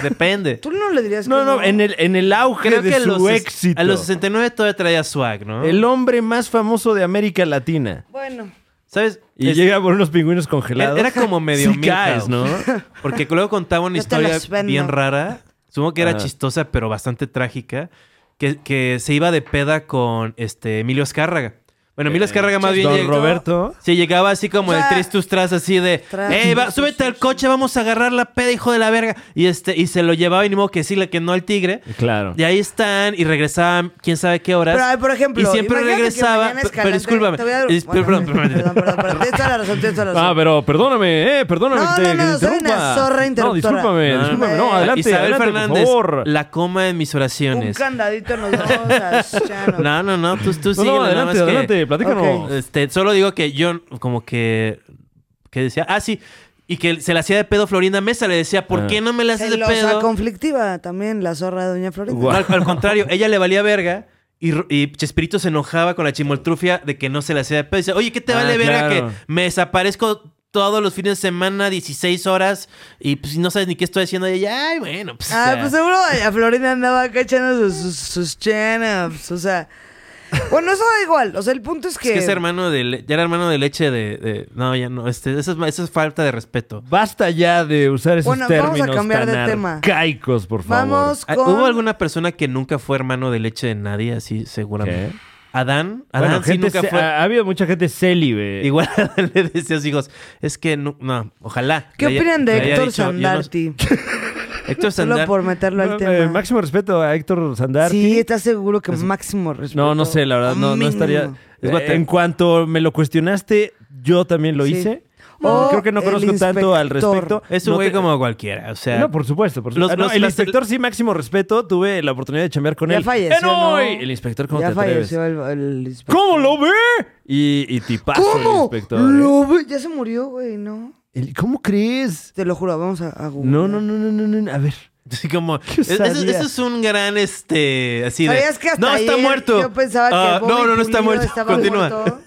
Speaker 11: Depende.
Speaker 9: Ah. Tú no le dirías
Speaker 10: no,
Speaker 9: que no.
Speaker 10: no, en el, en el auge
Speaker 11: Creo
Speaker 10: de
Speaker 11: que a
Speaker 10: su
Speaker 11: los,
Speaker 10: éxito.
Speaker 11: a los 69 todavía traía swag, ¿no?
Speaker 10: El hombre más famoso de América Latina.
Speaker 9: Bueno.
Speaker 11: ¿Sabes?
Speaker 10: Y
Speaker 11: Es- e-,
Speaker 10: llega por unos pingüinos congelados.
Speaker 11: era, era como medio
Speaker 10: Sí caes,
Speaker 11: Milhouse,
Speaker 10: ¿no?
Speaker 11: Porque luego contaba una
Speaker 9: Yo te
Speaker 11: historia
Speaker 9: los vendo.
Speaker 11: bien rara. Supongo que era
Speaker 10: Ajá.
Speaker 11: chistosa, pero bastante trágica. Que, que se iba de peda con este Emilio Escárraga. Bueno, Emilio Escárraga más bien
Speaker 10: Eh, Don
Speaker 11: llegó-
Speaker 10: Roberto.
Speaker 11: Sí, llegaba así como
Speaker 9: O sea,
Speaker 11: el tristus tras, así de,
Speaker 9: tras,
Speaker 11: ¡Ey, va,
Speaker 9: tras,
Speaker 11: súbete al coche, vamos a agarrar la peda, hijo de la verga! Y este y se lo llevaba y ni modo que decirle que no al tigre.
Speaker 10: Claro.
Speaker 11: Y ahí están y regresaban quién sabe qué horas.
Speaker 9: Pero, a ver, por ejemplo,
Speaker 11: y siempre
Speaker 9: imagínate que
Speaker 11: regresaba.
Speaker 9: mañana
Speaker 11: pe- Pero
Speaker 9: Escalante-
Speaker 11: discúlpame.
Speaker 9: te voy a-
Speaker 11: es-
Speaker 9: bueno,
Speaker 11: perdón, perdón.
Speaker 9: perdón, perdón, perdón. Tienes toda la razón, tienes toda la razón.
Speaker 10: Ah, pero perdóname, eh, perdóname que
Speaker 9: No,
Speaker 10: te,
Speaker 9: no,
Speaker 10: que
Speaker 9: no,
Speaker 10: te
Speaker 9: soy una
Speaker 10: interrumpa.
Speaker 9: zorra
Speaker 10: No,
Speaker 9: interruptora.
Speaker 10: discúlpame,
Speaker 11: No, no,
Speaker 10: discúlpame, no, eh,
Speaker 9: no.
Speaker 10: adelante,
Speaker 11: Isabel
Speaker 10: adelante,
Speaker 11: Fernández,
Speaker 10: por favor.
Speaker 11: la coma en mis
Speaker 9: Un
Speaker 11: oraciones.
Speaker 9: candadito nos vamos a Chano.
Speaker 11: No, no, no, tú, tú
Speaker 10: No, no,
Speaker 11: síguele, nada
Speaker 10: adelante,
Speaker 11: más que-
Speaker 10: adelante, platícanos.
Speaker 9: Ok.
Speaker 11: Este, solo digo que yo como que que decía, ah, sí, y que se la hacía de pedo Florinda Mesa, le decía, ¿por
Speaker 10: Ah.
Speaker 11: qué no me la haces de
Speaker 9: Celosa,
Speaker 11: pedo?
Speaker 9: conflictiva también, la zorra de Doña Florinda.
Speaker 11: No, al, al contrario, ella le valía verga y, Ro- y Chespirito se enojaba con la chimoltrufia de que no se la hacía de pedo. Dice, oye, ¿qué te
Speaker 10: Ah,
Speaker 11: vale verga
Speaker 10: claro.
Speaker 11: que me desaparezco todos los fines de semana, 16 horas, y pues no sabes ni qué estoy haciendo? Y ella, ay, bueno, pues. o
Speaker 9: Ah,
Speaker 11: sea,
Speaker 9: pues seguro Doña Florinda andaba acá echando sus, sus, sus chin-ups, o sea... Bueno, eso da igual, o sea, el punto es
Speaker 11: Es
Speaker 9: que...
Speaker 11: que es hermano de... le- Ya era hermano de leche de... de- no, ya no. Este, eso, es, eso es falta de respeto.
Speaker 10: Basta ya de usar esos
Speaker 9: Bueno, vamos a
Speaker 10: términos
Speaker 9: cambiar
Speaker 10: tan
Speaker 9: de tema.
Speaker 10: arcaicos, por favor.
Speaker 9: Vamos
Speaker 11: Ah,
Speaker 9: con...
Speaker 11: ¿Hubo alguna persona que nunca fue hermano de leche de nadie? Así, seguramente.
Speaker 10: ¿Qué?
Speaker 11: Adán. Adán
Speaker 10: Bueno,
Speaker 11: sí
Speaker 10: gente
Speaker 11: nunca
Speaker 10: ce-
Speaker 11: fue...
Speaker 10: ha, ha habido mucha gente célibe.
Speaker 11: Igual Adán le decía a sus hijos, es que no, no, ojalá.
Speaker 9: ¿Qué
Speaker 11: le haya-
Speaker 9: opinan
Speaker 11: le
Speaker 9: de
Speaker 11: haya
Speaker 9: Héctor
Speaker 11: dicho, yo no-
Speaker 9: Sandarti? Solo
Speaker 11: Héctor Sandarti.
Speaker 9: por meterlo al
Speaker 10: No,
Speaker 9: tema.
Speaker 10: eh, máximo respeto a Héctor Sandarti.
Speaker 9: Sí, ¿estás seguro que máximo respeto?
Speaker 10: No, no sé, la verdad, no, no
Speaker 9: Mínimo.
Speaker 10: estaría.
Speaker 11: Es guate.
Speaker 10: en cuanto me lo cuestionaste, yo también lo
Speaker 9: Sí.
Speaker 10: hice.
Speaker 9: o
Speaker 10: Creo que no
Speaker 9: el
Speaker 10: conozco tanto al
Speaker 9: inspector.
Speaker 10: respecto.
Speaker 11: Es un
Speaker 10: No
Speaker 11: güey
Speaker 10: te-
Speaker 11: como cualquiera, o sea.
Speaker 10: no, por supuesto, por
Speaker 11: los-
Speaker 10: supuesto. Ah, no,
Speaker 11: los-
Speaker 10: el
Speaker 11: las-
Speaker 10: inspector, sí, máximo respeto. Tuve la oportunidad de chambear con
Speaker 9: Ya
Speaker 10: él.
Speaker 9: falleció,
Speaker 10: ¡Eh, no!
Speaker 9: ¿no?
Speaker 10: Y El inspector, ¿cómo
Speaker 9: ya
Speaker 10: te atreves?
Speaker 9: falleció el, el inspector.
Speaker 10: ¿Cómo lo ve? Y, y tipazo el
Speaker 9: ¿Cómo?
Speaker 10: inspector. ¿eh?
Speaker 9: Lo ve- Ya se murió, güey, ¿no?
Speaker 10: El- ¿Cómo crees?
Speaker 9: Te lo juro, vamos a, a Google.
Speaker 10: No, no, no, no, no, no, A ver.
Speaker 11: Así como. es- es-
Speaker 9: sabía?
Speaker 11: eso es un gran este. Así de.
Speaker 9: ¿Sabías que hasta
Speaker 11: no, está
Speaker 9: ayer
Speaker 11: muerto.
Speaker 9: yo pensaba que
Speaker 11: Ah,
Speaker 9: Bobby
Speaker 11: no, no, no está
Speaker 9: Pulido
Speaker 11: muerto.
Speaker 9: estaba
Speaker 11: Continúa.
Speaker 9: muerto?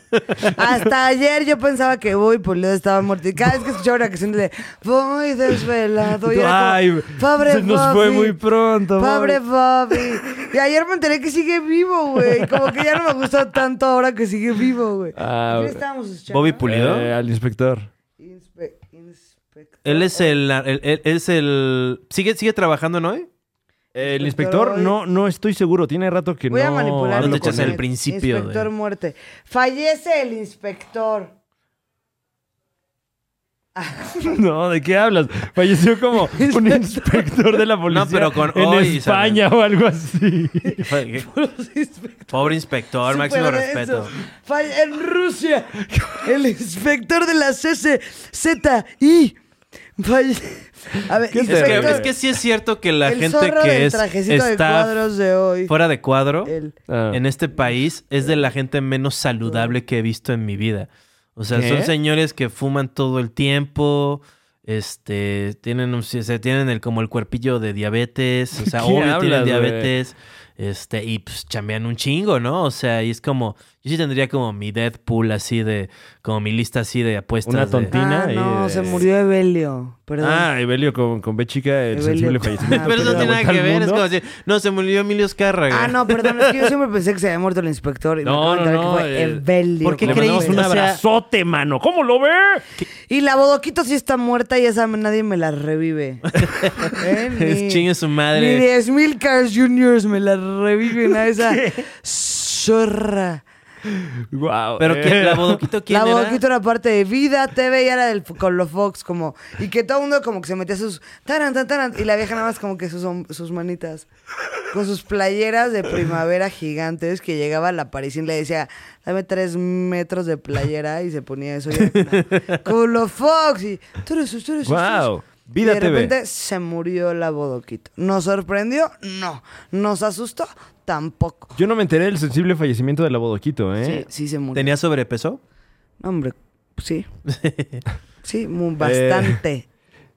Speaker 9: Hasta ayer yo pensaba que Bobby Pulido estaba muerto. Y cada vez que escuchaba una canción de Voy desvelado. Y era
Speaker 10: Ay,
Speaker 9: como, pobre
Speaker 10: se nos fue
Speaker 9: Bobby,
Speaker 10: muy pronto.
Speaker 9: Pobre
Speaker 10: Bobby.
Speaker 9: Bobby. Y ayer me enteré que sigue vivo, güey. Como que ya no me gustó tanto ahora que sigue vivo, güey.
Speaker 10: Ah,
Speaker 9: ¿Quién estábamos escuchando?
Speaker 11: Bobby Pulido.
Speaker 10: eh, al inspector.
Speaker 9: Inspe- inspector.
Speaker 11: Él es el. el- el- es el ¿sigue, ¿Sigue trabajando, no? eh?
Speaker 10: El inspector, no, no estoy seguro. Tiene rato que
Speaker 9: Voy
Speaker 10: no.
Speaker 9: a manipular.
Speaker 10: hablo
Speaker 11: No te
Speaker 10: con
Speaker 11: echas
Speaker 10: él.
Speaker 11: el principio. de-
Speaker 9: Inspector muerte. Fallece el inspector.
Speaker 10: No, ¿de qué hablas? Falleció como un inspector de la policía
Speaker 11: No, pero con
Speaker 10: en
Speaker 11: hoy,
Speaker 10: España o algo así.
Speaker 11: Pobre inspector, máximo
Speaker 9: Súper
Speaker 11: respeto.
Speaker 9: densos. Falla- En Rusia, el inspector de la CCZI. Falla- A ver,
Speaker 11: Es que,
Speaker 9: inspector,
Speaker 11: es que sí es cierto que la
Speaker 9: el
Speaker 11: gente
Speaker 9: zorro del
Speaker 11: que es
Speaker 9: trajecito de
Speaker 11: está
Speaker 9: cuadros de hoy.
Speaker 11: fuera de cuadro
Speaker 9: El-
Speaker 10: Ah.
Speaker 11: en este país es de
Speaker 10: Eh.
Speaker 11: la gente menos saludable que he visto en mi vida. O sea,
Speaker 10: ¿Qué?
Speaker 11: son señores que fuman todo el tiempo, este, tienen, un- se tienen el, como el cuerpillo de diabetes, o sea,
Speaker 10: ¿Qué
Speaker 11: obvio
Speaker 10: hablas,
Speaker 11: tienen
Speaker 10: güey?
Speaker 11: diabetes, este, y pues chambean un chingo, ¿no? O sea, y es como, yo sí tendría como mi Deadpool así de, como mi lista así de apuestas.
Speaker 10: Una
Speaker 11: de-
Speaker 10: tontina.
Speaker 9: Ah,
Speaker 10: ahí
Speaker 9: no,
Speaker 10: de-
Speaker 9: se murió Evelio. Perdón.
Speaker 10: Ah, Evelio con, con B chica, el
Speaker 9: Evelio.
Speaker 10: sensible
Speaker 9: Ah,
Speaker 10: fallecimiento.
Speaker 11: Pero eso no
Speaker 10: que
Speaker 11: tiene
Speaker 10: le
Speaker 11: nada que
Speaker 10: da vuelta al
Speaker 11: ver, es
Speaker 10: mundo.
Speaker 11: como decir, no, se murió Emilio Escárraga.
Speaker 9: Ah, no, perdón, es que yo siempre pensé que se había muerto el inspector y me
Speaker 10: No,
Speaker 9: acabo de
Speaker 10: no,
Speaker 9: enterar
Speaker 10: no, eh,
Speaker 9: que fue
Speaker 10: el-
Speaker 9: Evelio.
Speaker 11: ¿Por qué
Speaker 10: Le
Speaker 9: Como
Speaker 11: creíste?
Speaker 10: mandamos un
Speaker 11: O sea-
Speaker 10: abrazote, mano. ¿Cómo lo ve?
Speaker 9: Y la bodoquito sí está muerta y esa nadie me la revive. ¿Eh? Ni-
Speaker 11: Es chingue su
Speaker 9: Ni
Speaker 11: madre.
Speaker 9: 10 mil Cars Juniors me la reviven a esa zorra.
Speaker 10: Wow.
Speaker 11: Pero ¿quién- la bodoquito quién
Speaker 9: la
Speaker 11: era?
Speaker 9: bodoquito era parte de Vida TV y era del con los Fox como y que todo el mundo como que se metía sus taran tan taran y la vieja nada más como que sus hom- sus manitas con sus playeras de primavera gigantes que llegaba a la París y le decía dame tres metros de playera y se ponía eso y era con los Fox y tú eres tú eres tú eres-
Speaker 10: Wow. Vida
Speaker 9: y de
Speaker 10: TV.
Speaker 9: repente se murió la bodoquito nos sorprendió no nos asustó tampoco
Speaker 10: Yo no me enteré del sensible fallecimiento de la bodoquito,
Speaker 9: sí,
Speaker 10: ¿eh?
Speaker 9: sí se murió
Speaker 11: ¿Tenía sobrepeso?
Speaker 9: No, hombre, sí. sí, mu- bastante.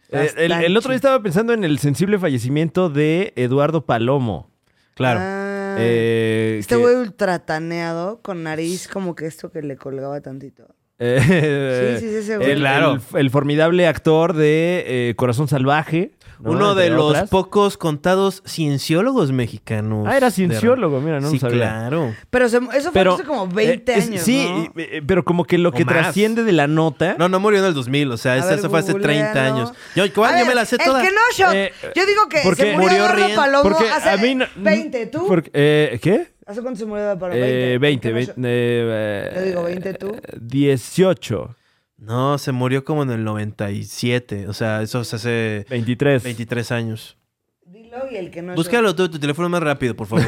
Speaker 10: Eh, el, el otro día estaba pensando en el sensible fallecimiento de Eduardo Palomo.
Speaker 11: Claro.
Speaker 9: Ah,
Speaker 10: Eh,
Speaker 9: este
Speaker 10: que-
Speaker 9: güey ultrataneado, con nariz como que esto que le colgaba tantito.
Speaker 10: Eh,
Speaker 9: Sí, sí, sí, ese güey.
Speaker 10: El,
Speaker 11: Claro.
Speaker 10: el- el formidable actor de eh, Corazón Salvaje. ¿no?
Speaker 11: Uno
Speaker 10: Entre
Speaker 11: de los
Speaker 10: otras.
Speaker 11: pocos contados cienciólogos mexicanos.
Speaker 10: Ah, era cienciólogo, mira, no lo
Speaker 11: sí,
Speaker 10: sabía.
Speaker 11: claro.
Speaker 9: Pero se- eso fue
Speaker 10: Pero,
Speaker 9: hace como 20
Speaker 10: eh, es-
Speaker 9: años.
Speaker 10: Sí,
Speaker 9: ¿no?
Speaker 10: y- eh, pero como que lo
Speaker 11: O
Speaker 10: que
Speaker 11: más.
Speaker 10: trasciende de la nota.
Speaker 11: No, no murió en el 2000, o sea,
Speaker 9: A
Speaker 11: esa
Speaker 9: ver,
Speaker 11: esa fue hace 30
Speaker 9: googlealo.
Speaker 11: años. Yo, ¿cuál?
Speaker 9: A
Speaker 11: Yo me
Speaker 9: ver,
Speaker 11: la sé
Speaker 9: el
Speaker 11: toda.
Speaker 9: que no, yo,
Speaker 10: Eh,
Speaker 9: yo digo que
Speaker 10: porque-
Speaker 9: se murió,
Speaker 11: Murió
Speaker 9: Eduardo
Speaker 11: riendo.
Speaker 9: Palomo
Speaker 10: porque
Speaker 9: hace
Speaker 10: a mí no- mm,
Speaker 9: 20, ¿tú?
Speaker 10: porque, eh, ¿Qué?
Speaker 9: ¿Hace cuánto se murió Eduardo Palomo?
Speaker 10: Eh, 20, 20.
Speaker 9: 20.
Speaker 10: eh,
Speaker 9: Yo digo 20, ¿tú?
Speaker 10: 18,
Speaker 11: No, se murió como en el 97, o sea, eso es hace
Speaker 10: 23.
Speaker 11: 23 años.
Speaker 9: Dilo y el que no es
Speaker 11: Búscalo tú, tu teléfono más rápido, por favor.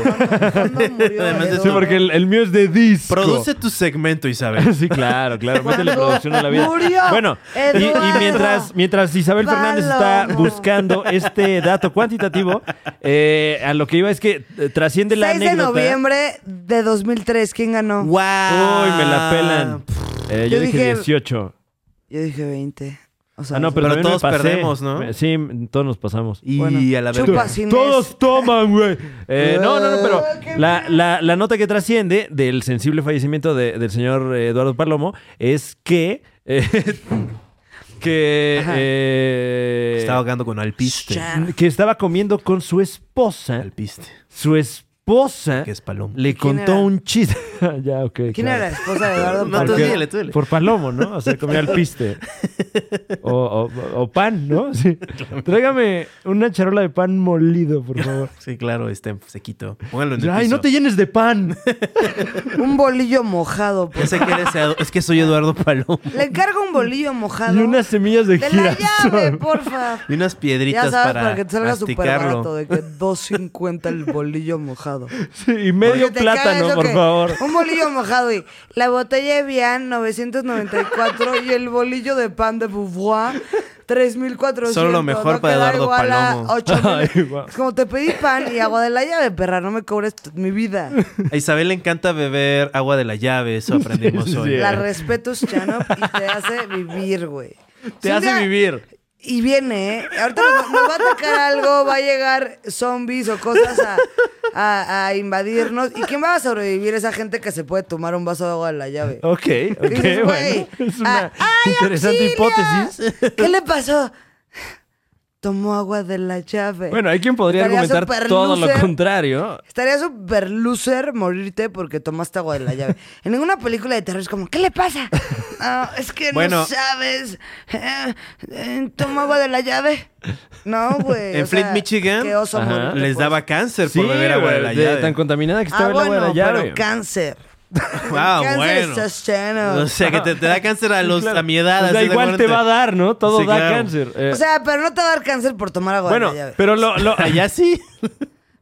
Speaker 9: ¿Cuándo murió
Speaker 11: Además de-
Speaker 10: Sí,
Speaker 9: Eduardo?
Speaker 10: porque el, el mío es de disco.
Speaker 11: Produce tu segmento, Isabel.
Speaker 10: Sí, claro, claro. Métele producción a la vida.
Speaker 9: Murió
Speaker 10: Bueno, y- y,
Speaker 9: Eduardo
Speaker 10: mientras, mientras Isabel Fernández está
Speaker 9: Palomo.
Speaker 10: buscando este dato cuantitativo, eh, a lo que iba es que eh, trasciende la
Speaker 9: 6 de
Speaker 10: anécdota.
Speaker 9: noviembre de 2003, ¿quién ganó?
Speaker 11: ¡Wow!
Speaker 10: Uy, me la pelan. Eh, yo,
Speaker 9: Yo
Speaker 10: dije,
Speaker 9: dije-
Speaker 10: 18.
Speaker 9: Yo dije 20. O sea,
Speaker 10: Ah, no,
Speaker 9: sí.
Speaker 10: pero,
Speaker 11: Pero
Speaker 10: también me
Speaker 11: todos
Speaker 10: pasé.
Speaker 11: perdemos, ¿no?
Speaker 10: Me- Sí, m- todos nos pasamos.
Speaker 11: Y
Speaker 9: Bueno,
Speaker 11: a la
Speaker 9: chupa.
Speaker 11: verga.
Speaker 9: Sin
Speaker 10: Todos toman, güey. Eh, no, no, no, pero
Speaker 9: Ah, qué
Speaker 10: la, la- la nota que trasciende del sensible fallecimiento de- del señor eh, Eduardo Palomo es que. eh, que. eh,
Speaker 11: Estaba ahogando con alpiste.
Speaker 10: que estaba comiendo con su esposa.
Speaker 11: Alpiste,
Speaker 10: Su esposa
Speaker 11: que es palomo.
Speaker 10: le contó
Speaker 9: era?
Speaker 10: un chiste. ya, ok.
Speaker 9: ¿Quién
Speaker 10: claro.
Speaker 9: era la esposa de Eduardo
Speaker 11: No, tú
Speaker 10: Porque-
Speaker 9: Palomo?
Speaker 11: dile, tú dile.
Speaker 10: Por palomo, ¿no? O sea, comía al piste. O, o- o pan, ¿no? Sí. Tráigame una charola de pan molido, por favor.
Speaker 11: Sí, claro, este sequito. Póngalo en el
Speaker 10: Ay,
Speaker 11: piso.
Speaker 10: no te llenes de pan.
Speaker 9: Un bolillo mojado. por-
Speaker 11: Ya sé que eres Edu- es que soy Eduardo Palomo.
Speaker 9: Le encargo un bolillo mojado.
Speaker 10: y unas semillas de
Speaker 9: De la llave,
Speaker 10: girasol.
Speaker 9: porfa.
Speaker 11: Y unas piedritas
Speaker 9: Ya sabes, para,
Speaker 11: para,
Speaker 9: que te salga súper
Speaker 11: masticarlo.
Speaker 9: barato, de que 2.50 el bolillo todo.
Speaker 10: Sí, y medio
Speaker 9: Porque te caga
Speaker 10: plátano,
Speaker 9: eso
Speaker 10: por
Speaker 9: que-
Speaker 10: favor.
Speaker 9: Un bolillo mojado y la botella de Vian 994 y el bolillo de pan de Beauvoir 3400.
Speaker 11: Solo lo mejor
Speaker 9: no
Speaker 11: para
Speaker 9: queda
Speaker 11: Eduardo
Speaker 9: igual a
Speaker 11: Palomo.
Speaker 9: 8000.
Speaker 11: Ay, guau.
Speaker 9: Es Como te pedí pan y agua de la llave, perra, no me cobres t- mi vida.
Speaker 11: A Isabel le encanta beber agua de la llave, eso aprendimos hoy.
Speaker 9: La
Speaker 10: Eh.
Speaker 9: respetos, Chano, y te hace vivir, güey. Si
Speaker 11: Te
Speaker 9: un
Speaker 11: hace
Speaker 9: día-
Speaker 11: vivir.
Speaker 9: Y viene, ¿eh? Ahorita nos, nos va a atacar algo, va a llegar zombies o cosas a, a- a invadirnos. ¿Y quién va a sobrevivir? Esa gente que se puede tomar un vaso de agua de la llave.
Speaker 10: Ok, ok,
Speaker 9: dices,
Speaker 10: bueno.
Speaker 9: güey, Ah,
Speaker 10: Es una
Speaker 9: ¡ay,
Speaker 10: interesante
Speaker 9: auxilio!
Speaker 10: hipótesis.
Speaker 9: ¿Qué le pasó? Tomó agua de la llave.
Speaker 10: Bueno, hay quien podría
Speaker 9: Estaría
Speaker 10: argumentar
Speaker 9: súper
Speaker 10: todo lo
Speaker 9: loser.
Speaker 10: contrario.
Speaker 9: Estaría súper loser morirte porque tomaste agua de la llave. En ninguna película de terror es como, ¿qué le pasa? Ah, es que
Speaker 11: Bueno.
Speaker 9: no sabes. Eh, eh, Toma agua de la llave. No, güey.
Speaker 11: En
Speaker 9: o
Speaker 11: Flint,
Speaker 9: sea,
Speaker 11: Michigan,
Speaker 9: qué oso
Speaker 11: ajá,
Speaker 10: Ah,
Speaker 9: morirte
Speaker 10: pues.
Speaker 11: les
Speaker 9: por
Speaker 11: daba cáncer por beber agua de la llave.
Speaker 10: tan contaminada que estaba
Speaker 9: Ah,
Speaker 10: el agua
Speaker 9: bueno,
Speaker 10: de la llave.
Speaker 9: pero cáncer.
Speaker 11: Ah,
Speaker 9: cáncer
Speaker 11: bueno.
Speaker 9: estás lleno.
Speaker 11: O sea, que te, te da cáncer a, los,
Speaker 10: Claro.
Speaker 11: Pues, a mi edad.
Speaker 10: O sea,
Speaker 11: así de
Speaker 10: igual te
Speaker 11: 40.
Speaker 10: va a dar, ¿no? Todo
Speaker 11: Sí,
Speaker 10: da
Speaker 11: claro.
Speaker 10: cáncer. eh.
Speaker 9: O sea, pero no te va a dar cáncer por tomar agua
Speaker 10: bueno,
Speaker 9: de la llave.
Speaker 10: pero lo, lo-
Speaker 11: allá sí.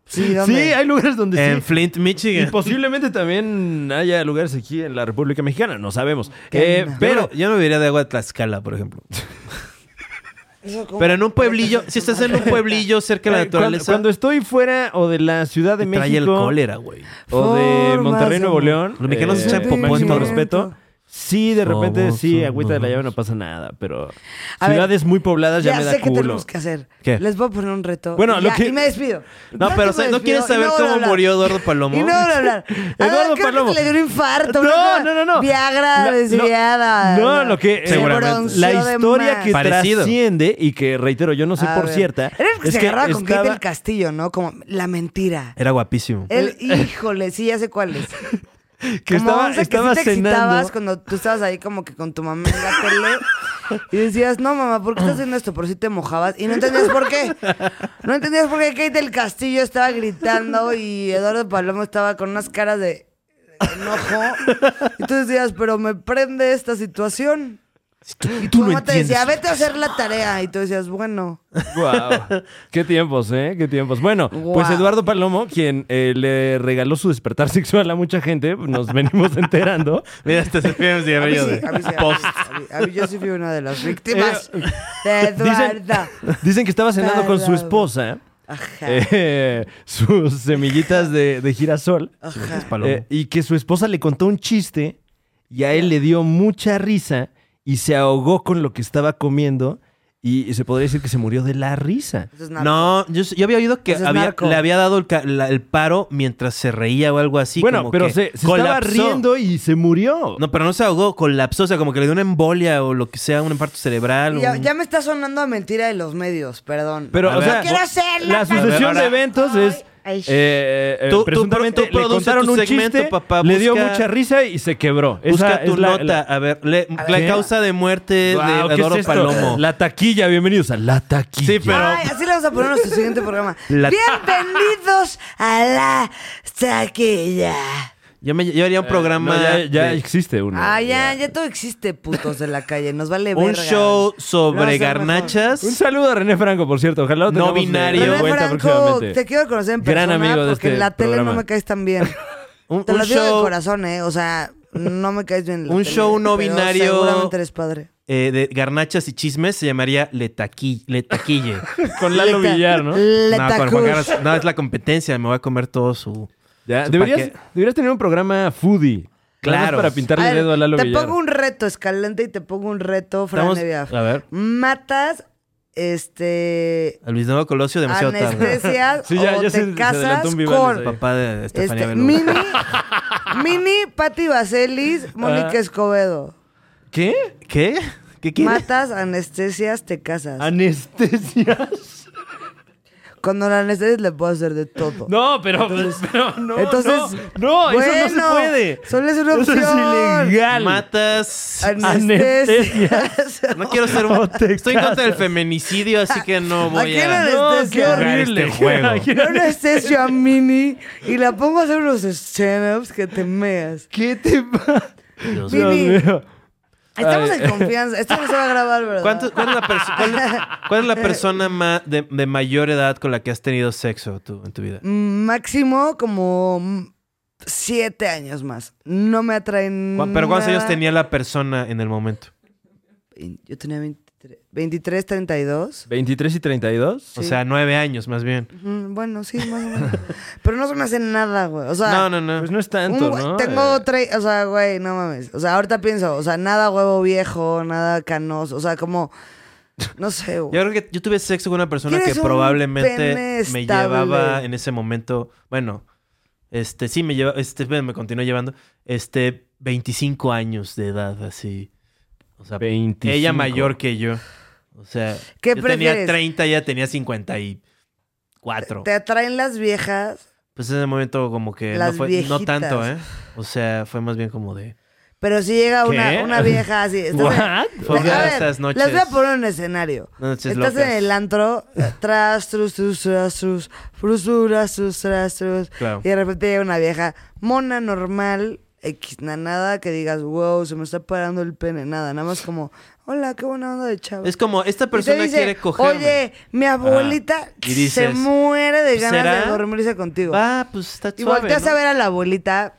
Speaker 9: Sí, ¿dónde?
Speaker 10: Sí, hay lugares donde
Speaker 11: En
Speaker 10: sí.
Speaker 11: Flint,
Speaker 10: Y pues,
Speaker 11: Michigan.
Speaker 10: posiblemente también haya lugares aquí en la República Mexicana, no sabemos.
Speaker 11: Qué
Speaker 10: Eh,
Speaker 11: onda.
Speaker 10: pero
Speaker 11: yo no bebería de agua de Tlaxcala, por ejemplo.
Speaker 9: Eso como-
Speaker 11: Pero en un pueblillo, si estás en un pueblillo cerca de la
Speaker 10: eh, cuando,
Speaker 11: naturaleza,
Speaker 10: cuando estoy fuera o de la Ciudad de
Speaker 11: te
Speaker 10: México
Speaker 11: trae el cólera, güey.
Speaker 10: o de
Speaker 9: Formas
Speaker 10: Monterrey,
Speaker 9: de
Speaker 10: Nuevo
Speaker 9: amor.
Speaker 10: León,
Speaker 11: Los mexicanos
Speaker 10: eh,
Speaker 11: echan
Speaker 10: con
Speaker 11: popó en
Speaker 10: máximo
Speaker 11: todo.
Speaker 10: respeto. Sí, de repente
Speaker 11: Somos
Speaker 10: sí, agüita de la
Speaker 11: unos-
Speaker 10: llave no pasa nada, pero
Speaker 9: A ver,
Speaker 10: ciudades muy pobladas ya,
Speaker 9: Ya
Speaker 10: me da
Speaker 9: sé qué
Speaker 10: culo.
Speaker 9: tenemos que hacer.
Speaker 10: ¿Qué?
Speaker 9: Les voy a poner un reto.
Speaker 10: Bueno,
Speaker 9: y
Speaker 10: lo
Speaker 9: ya,
Speaker 10: que-
Speaker 9: Y me despido.
Speaker 11: No,
Speaker 9: Ya
Speaker 11: pero
Speaker 9: que me
Speaker 11: ¿sabes- ¿no quieres
Speaker 9: despido y no
Speaker 11: saber
Speaker 9: voy a
Speaker 11: cómo
Speaker 9: hablar.
Speaker 11: murió Eduardo Palomo?
Speaker 9: Y no voy a hablar.
Speaker 10: Eduardo
Speaker 9: Eduardo Palomo.
Speaker 10: Palomo.
Speaker 9: Le dio un infarto.
Speaker 10: No,
Speaker 9: una-
Speaker 10: no, no, no.
Speaker 9: Viagra
Speaker 10: La- no,
Speaker 9: desviada.
Speaker 10: No, lo que eh,
Speaker 9: Se
Speaker 11: Seguramente.
Speaker 9: bronceó
Speaker 10: la
Speaker 9: de
Speaker 10: historia
Speaker 9: más.
Speaker 10: que
Speaker 11: Parecido.
Speaker 10: trasciende y que reitero, yo no sé
Speaker 9: A
Speaker 10: por
Speaker 9: ver.
Speaker 10: cierta,
Speaker 9: Era el que
Speaker 10: es
Speaker 9: se
Speaker 10: que
Speaker 9: agarraba con Kate
Speaker 10: estaba- Eh,
Speaker 9: del Castillo, ¿no? Como la mentira.
Speaker 11: Era guapísimo.
Speaker 9: El, híjole, sí, ya sé cuál es.
Speaker 10: que
Speaker 9: como
Speaker 10: estaba,
Speaker 9: once que
Speaker 10: estaba
Speaker 9: sí te
Speaker 10: cenando.
Speaker 9: excitabas cuando tú estabas ahí como que con tu mamá en la tele y decías, no mamá, ¿por qué estás haciendo esto? Por si te mojabas y no entendías por qué. No entendías por qué Kate del Castillo estaba gritando y Eduardo Palomo estaba con unas caras de enojo. Y tú decías, pero me prende esta situación. Y tu
Speaker 11: no
Speaker 9: mamá te decía,
Speaker 11: entiendes.
Speaker 9: vete a hacer la tarea. Y tú decías, bueno.
Speaker 10: Guau. Qué tiempos, ¿eh? Qué tiempos. Bueno,
Speaker 9: Guau.
Speaker 10: pues Eduardo Palomo, quien eh, le regaló su despertar sexual a mucha gente, nos venimos enterando.
Speaker 11: Mira, hasta se fue de
Speaker 9: A mí
Speaker 11: bello
Speaker 9: sí,
Speaker 11: de
Speaker 9: a mí sí, a mí-
Speaker 11: post. Eh,
Speaker 9: a mí- a mí yo sí fui una de las víctimas de
Speaker 10: Dicen,
Speaker 9: Eduardo.
Speaker 10: dicen que estaba cenando con su
Speaker 9: Palomo.
Speaker 10: esposa.
Speaker 9: Ajá.
Speaker 10: eh, sus semillitas de, de girasol
Speaker 9: Ajá.
Speaker 11: Palomo.
Speaker 10: eh, y que su esposa le contó un chiste y a él le dio mucha risa y se ahogó con lo que estaba comiendo y, y se podría decir que se murió de la risa.
Speaker 9: Eso es nada.
Speaker 11: No, yo, yo había oído que
Speaker 9: Ese es
Speaker 11: había-
Speaker 9: narco.
Speaker 11: le había dado el, ca- la- el paro mientras se reía o algo así.
Speaker 10: bueno,
Speaker 11: como
Speaker 10: pero
Speaker 11: que
Speaker 10: se, se estaba
Speaker 11: colapsó.
Speaker 10: riendo y se murió.
Speaker 11: No, pero no se ahogó, colapsó. O sea, como que le dio una embolia o lo que sea, un infarto cerebral.
Speaker 9: Ya,
Speaker 11: un-
Speaker 9: ya me está sonando a mentira de los medios, perdón.
Speaker 10: Pero,
Speaker 11: A
Speaker 10: o
Speaker 11: ver,
Speaker 10: sea,
Speaker 11: no
Speaker 9: quiero hacer la
Speaker 10: la sucesión
Speaker 11: Ahora-
Speaker 10: de eventos es.
Speaker 9: Ay.
Speaker 10: eh, eh,
Speaker 11: Tú- tú
Speaker 10: presuntamente
Speaker 11: pro- tú
Speaker 10: le
Speaker 11: produce
Speaker 10: contaron
Speaker 11: tu
Speaker 10: un
Speaker 11: segmento,
Speaker 10: chiste,
Speaker 11: papá,
Speaker 10: le dio
Speaker 11: busca-
Speaker 10: mucha risa y se quebró.
Speaker 11: Busca
Speaker 10: Esa
Speaker 11: tu
Speaker 10: es la,
Speaker 11: nota.
Speaker 10: la-
Speaker 11: A ver, le- la
Speaker 9: ver.
Speaker 11: causa de muerte de
Speaker 10: Guau, ¿qué es
Speaker 11: Eduardo
Speaker 10: esto?
Speaker 11: Palomo.
Speaker 10: La taquilla, bienvenidos a la taquilla.
Speaker 11: Sí, pero-
Speaker 9: Ay, así le vamos a poner a nuestro siguiente programa.
Speaker 11: La-
Speaker 9: Bienvenidos a la taquilla.
Speaker 11: Yo, me, yo haría un programa.
Speaker 10: Eh, No, ya, ya
Speaker 11: de-
Speaker 10: existe uno.
Speaker 9: Ah, ya, ya todo existe, putos de la calle. Nos vale
Speaker 11: un
Speaker 9: verga.
Speaker 11: show
Speaker 9: Lo
Speaker 11: sobre
Speaker 9: vamos a hacer
Speaker 11: garnachas.
Speaker 10: Un saludo a René Franco, por cierto. Ojalá lo
Speaker 11: No
Speaker 10: tengamos de-
Speaker 11: binario.
Speaker 10: de
Speaker 9: René
Speaker 10: vuelta
Speaker 9: Franco,
Speaker 10: próximamente.
Speaker 9: te quiero conocer en persona
Speaker 10: Gran amigo de
Speaker 9: porque
Speaker 10: este
Speaker 9: en la tele
Speaker 10: programa.
Speaker 9: no me caes tan bien.
Speaker 11: Un,
Speaker 9: Te
Speaker 11: un
Speaker 9: lo digo de
Speaker 11: show
Speaker 9: corazón, eh. O sea, no me caes bien. en la
Speaker 11: Un
Speaker 9: tele,
Speaker 11: show no
Speaker 9: pero
Speaker 11: binario.
Speaker 9: Seguramente eres padre.
Speaker 11: eh, de garnachas y chismes se llamaría Le, Taqui- Le Taquille.
Speaker 10: Con Lalo
Speaker 9: Leta-
Speaker 10: Villar, ¿no?
Speaker 11: no, con
Speaker 9: Letacush.
Speaker 11: Juan Carlos- no, es la competencia. Me voy a comer todo su.
Speaker 10: Ya,
Speaker 11: su
Speaker 10: deberías,
Speaker 11: paquete.
Speaker 10: deberías tener un programa foodie. Nada más
Speaker 11: Claro.
Speaker 10: Para pintarle
Speaker 9: A ver,
Speaker 10: dedo a Lalo
Speaker 9: te
Speaker 10: Villar.
Speaker 9: pongo un reto, Escalante, y te pongo un reto, Fran
Speaker 11: Estamos-
Speaker 9: Evia.
Speaker 11: a ver.
Speaker 9: Matas, este...
Speaker 11: A Luis Nuevo Colosio demasiado tarde.
Speaker 9: Anestesias
Speaker 10: Sí, ya-
Speaker 9: o
Speaker 10: ya
Speaker 9: te
Speaker 10: se- se
Speaker 9: casas
Speaker 10: adelantó un Vivaldi ahí.
Speaker 9: con...
Speaker 11: Papá de Estefanía
Speaker 9: Este,
Speaker 11: Belova.
Speaker 9: mini, mini, Patti Vaselis, Mónica
Speaker 10: Ah.
Speaker 9: Escobedo.
Speaker 10: ¿Qué?
Speaker 11: ¿Qué? ¿Qué quiere?
Speaker 9: Matas, anestesias, te casas.
Speaker 10: ¿Anestesias?
Speaker 9: Cuando la anestesias le puedo hacer de todo.
Speaker 10: No, pero, pero no.
Speaker 9: Entonces,
Speaker 10: no, no, eso no se
Speaker 9: bueno,
Speaker 10: puede.
Speaker 9: solo es una
Speaker 10: Eso es
Speaker 9: opción.
Speaker 10: ilegal.
Speaker 11: Matas.
Speaker 9: Anestesias.
Speaker 11: No quiero ser un. Estoy en contra del feminicidio, así que no voy
Speaker 9: quién
Speaker 11: a.
Speaker 9: eres?
Speaker 10: no, qué
Speaker 9: anestesia.
Speaker 10: horrible.
Speaker 11: Este juego.
Speaker 9: Yo anestesio a Mini y la pongo a hacer unos stand-ups que te meas.
Speaker 10: ¿Qué te pasa?
Speaker 11: Dios
Speaker 9: Mini,
Speaker 10: mío.
Speaker 9: Estamos
Speaker 11: Ay.
Speaker 9: en confianza. Esto no se va a grabar, ¿verdad?
Speaker 11: ¿Cuánto- cuál, es la perso- cuál es- cuál es la persona ma- de, de mayor edad con la que has tenido sexo tú en tu vida?
Speaker 9: Mm, Máximo como mm, siete años más. No me atraen.
Speaker 11: Cu- ¿Pero cuántos años
Speaker 9: nada.
Speaker 11: tenía la persona en el momento?
Speaker 9: Yo tenía 23, 23 32.
Speaker 11: ¿23 y 32? O
Speaker 9: Sí.
Speaker 11: sea, 9 años más bien.
Speaker 9: Ujú, Bueno, sí, más o menos. Pero no se me hace nada, güey. O sea,
Speaker 11: no, no, no. Pues no Eh. es
Speaker 9: un güey- Tengo tres, o sea, güey, no mames. O sea, ahorita pienso, o sea, nada huevo viejo, nada canoso, o sea, como, no sé, güey.
Speaker 11: Yo creo que yo tuve sexo con una persona que
Speaker 9: ¿Quieres un pene
Speaker 11: probablemente me
Speaker 9: estable?
Speaker 11: llevaba en ese momento. Bueno, este sí me lleva, este bueno, me continuó llevando este 25 años de edad así. O sea, ella mayor que yo. O sea,
Speaker 9: ¿Qué
Speaker 11: yo tenía
Speaker 9: prefieres?
Speaker 11: 30, ella tenía 54.
Speaker 9: ¿Te atraen las viejas?
Speaker 11: Pues en ese momento como que no
Speaker 9: Las
Speaker 11: fue no
Speaker 9: viejitas.
Speaker 11: tanto, ¿eh? O sea, fue más bien como de
Speaker 9: Pero si llega una,
Speaker 11: ¿Qué?
Speaker 9: una vieja así. estás en-
Speaker 11: What? Fue
Speaker 9: A
Speaker 11: una de
Speaker 9: ver,
Speaker 11: esas noches.
Speaker 9: Las voy a poner en un escenario.
Speaker 11: Noches
Speaker 9: Estás
Speaker 11: locas.
Speaker 9: en el antro, eh, tras, trus, trus, tras, trus, frus, tras, trus, tras, trus.
Speaker 11: Claro.
Speaker 9: Y de repente llega una vieja mona normal, X, na- nada, que digas, wow, se me está parando el pene, nada. Nada más como, hola, qué buena onda de chavo.
Speaker 11: Es como, esta
Speaker 9: Y te
Speaker 11: persona
Speaker 9: dice,
Speaker 11: quiere cogerme.
Speaker 9: Oye, mi abuelita
Speaker 11: Ah, y dices,
Speaker 9: se muere de
Speaker 11: "Pues,
Speaker 9: ganas
Speaker 11: ¿será?"
Speaker 9: de dormirse contigo.
Speaker 11: Ah, pues está
Speaker 9: Y
Speaker 11: suave,
Speaker 9: volteas
Speaker 11: ¿no?
Speaker 9: a ver a la abuelita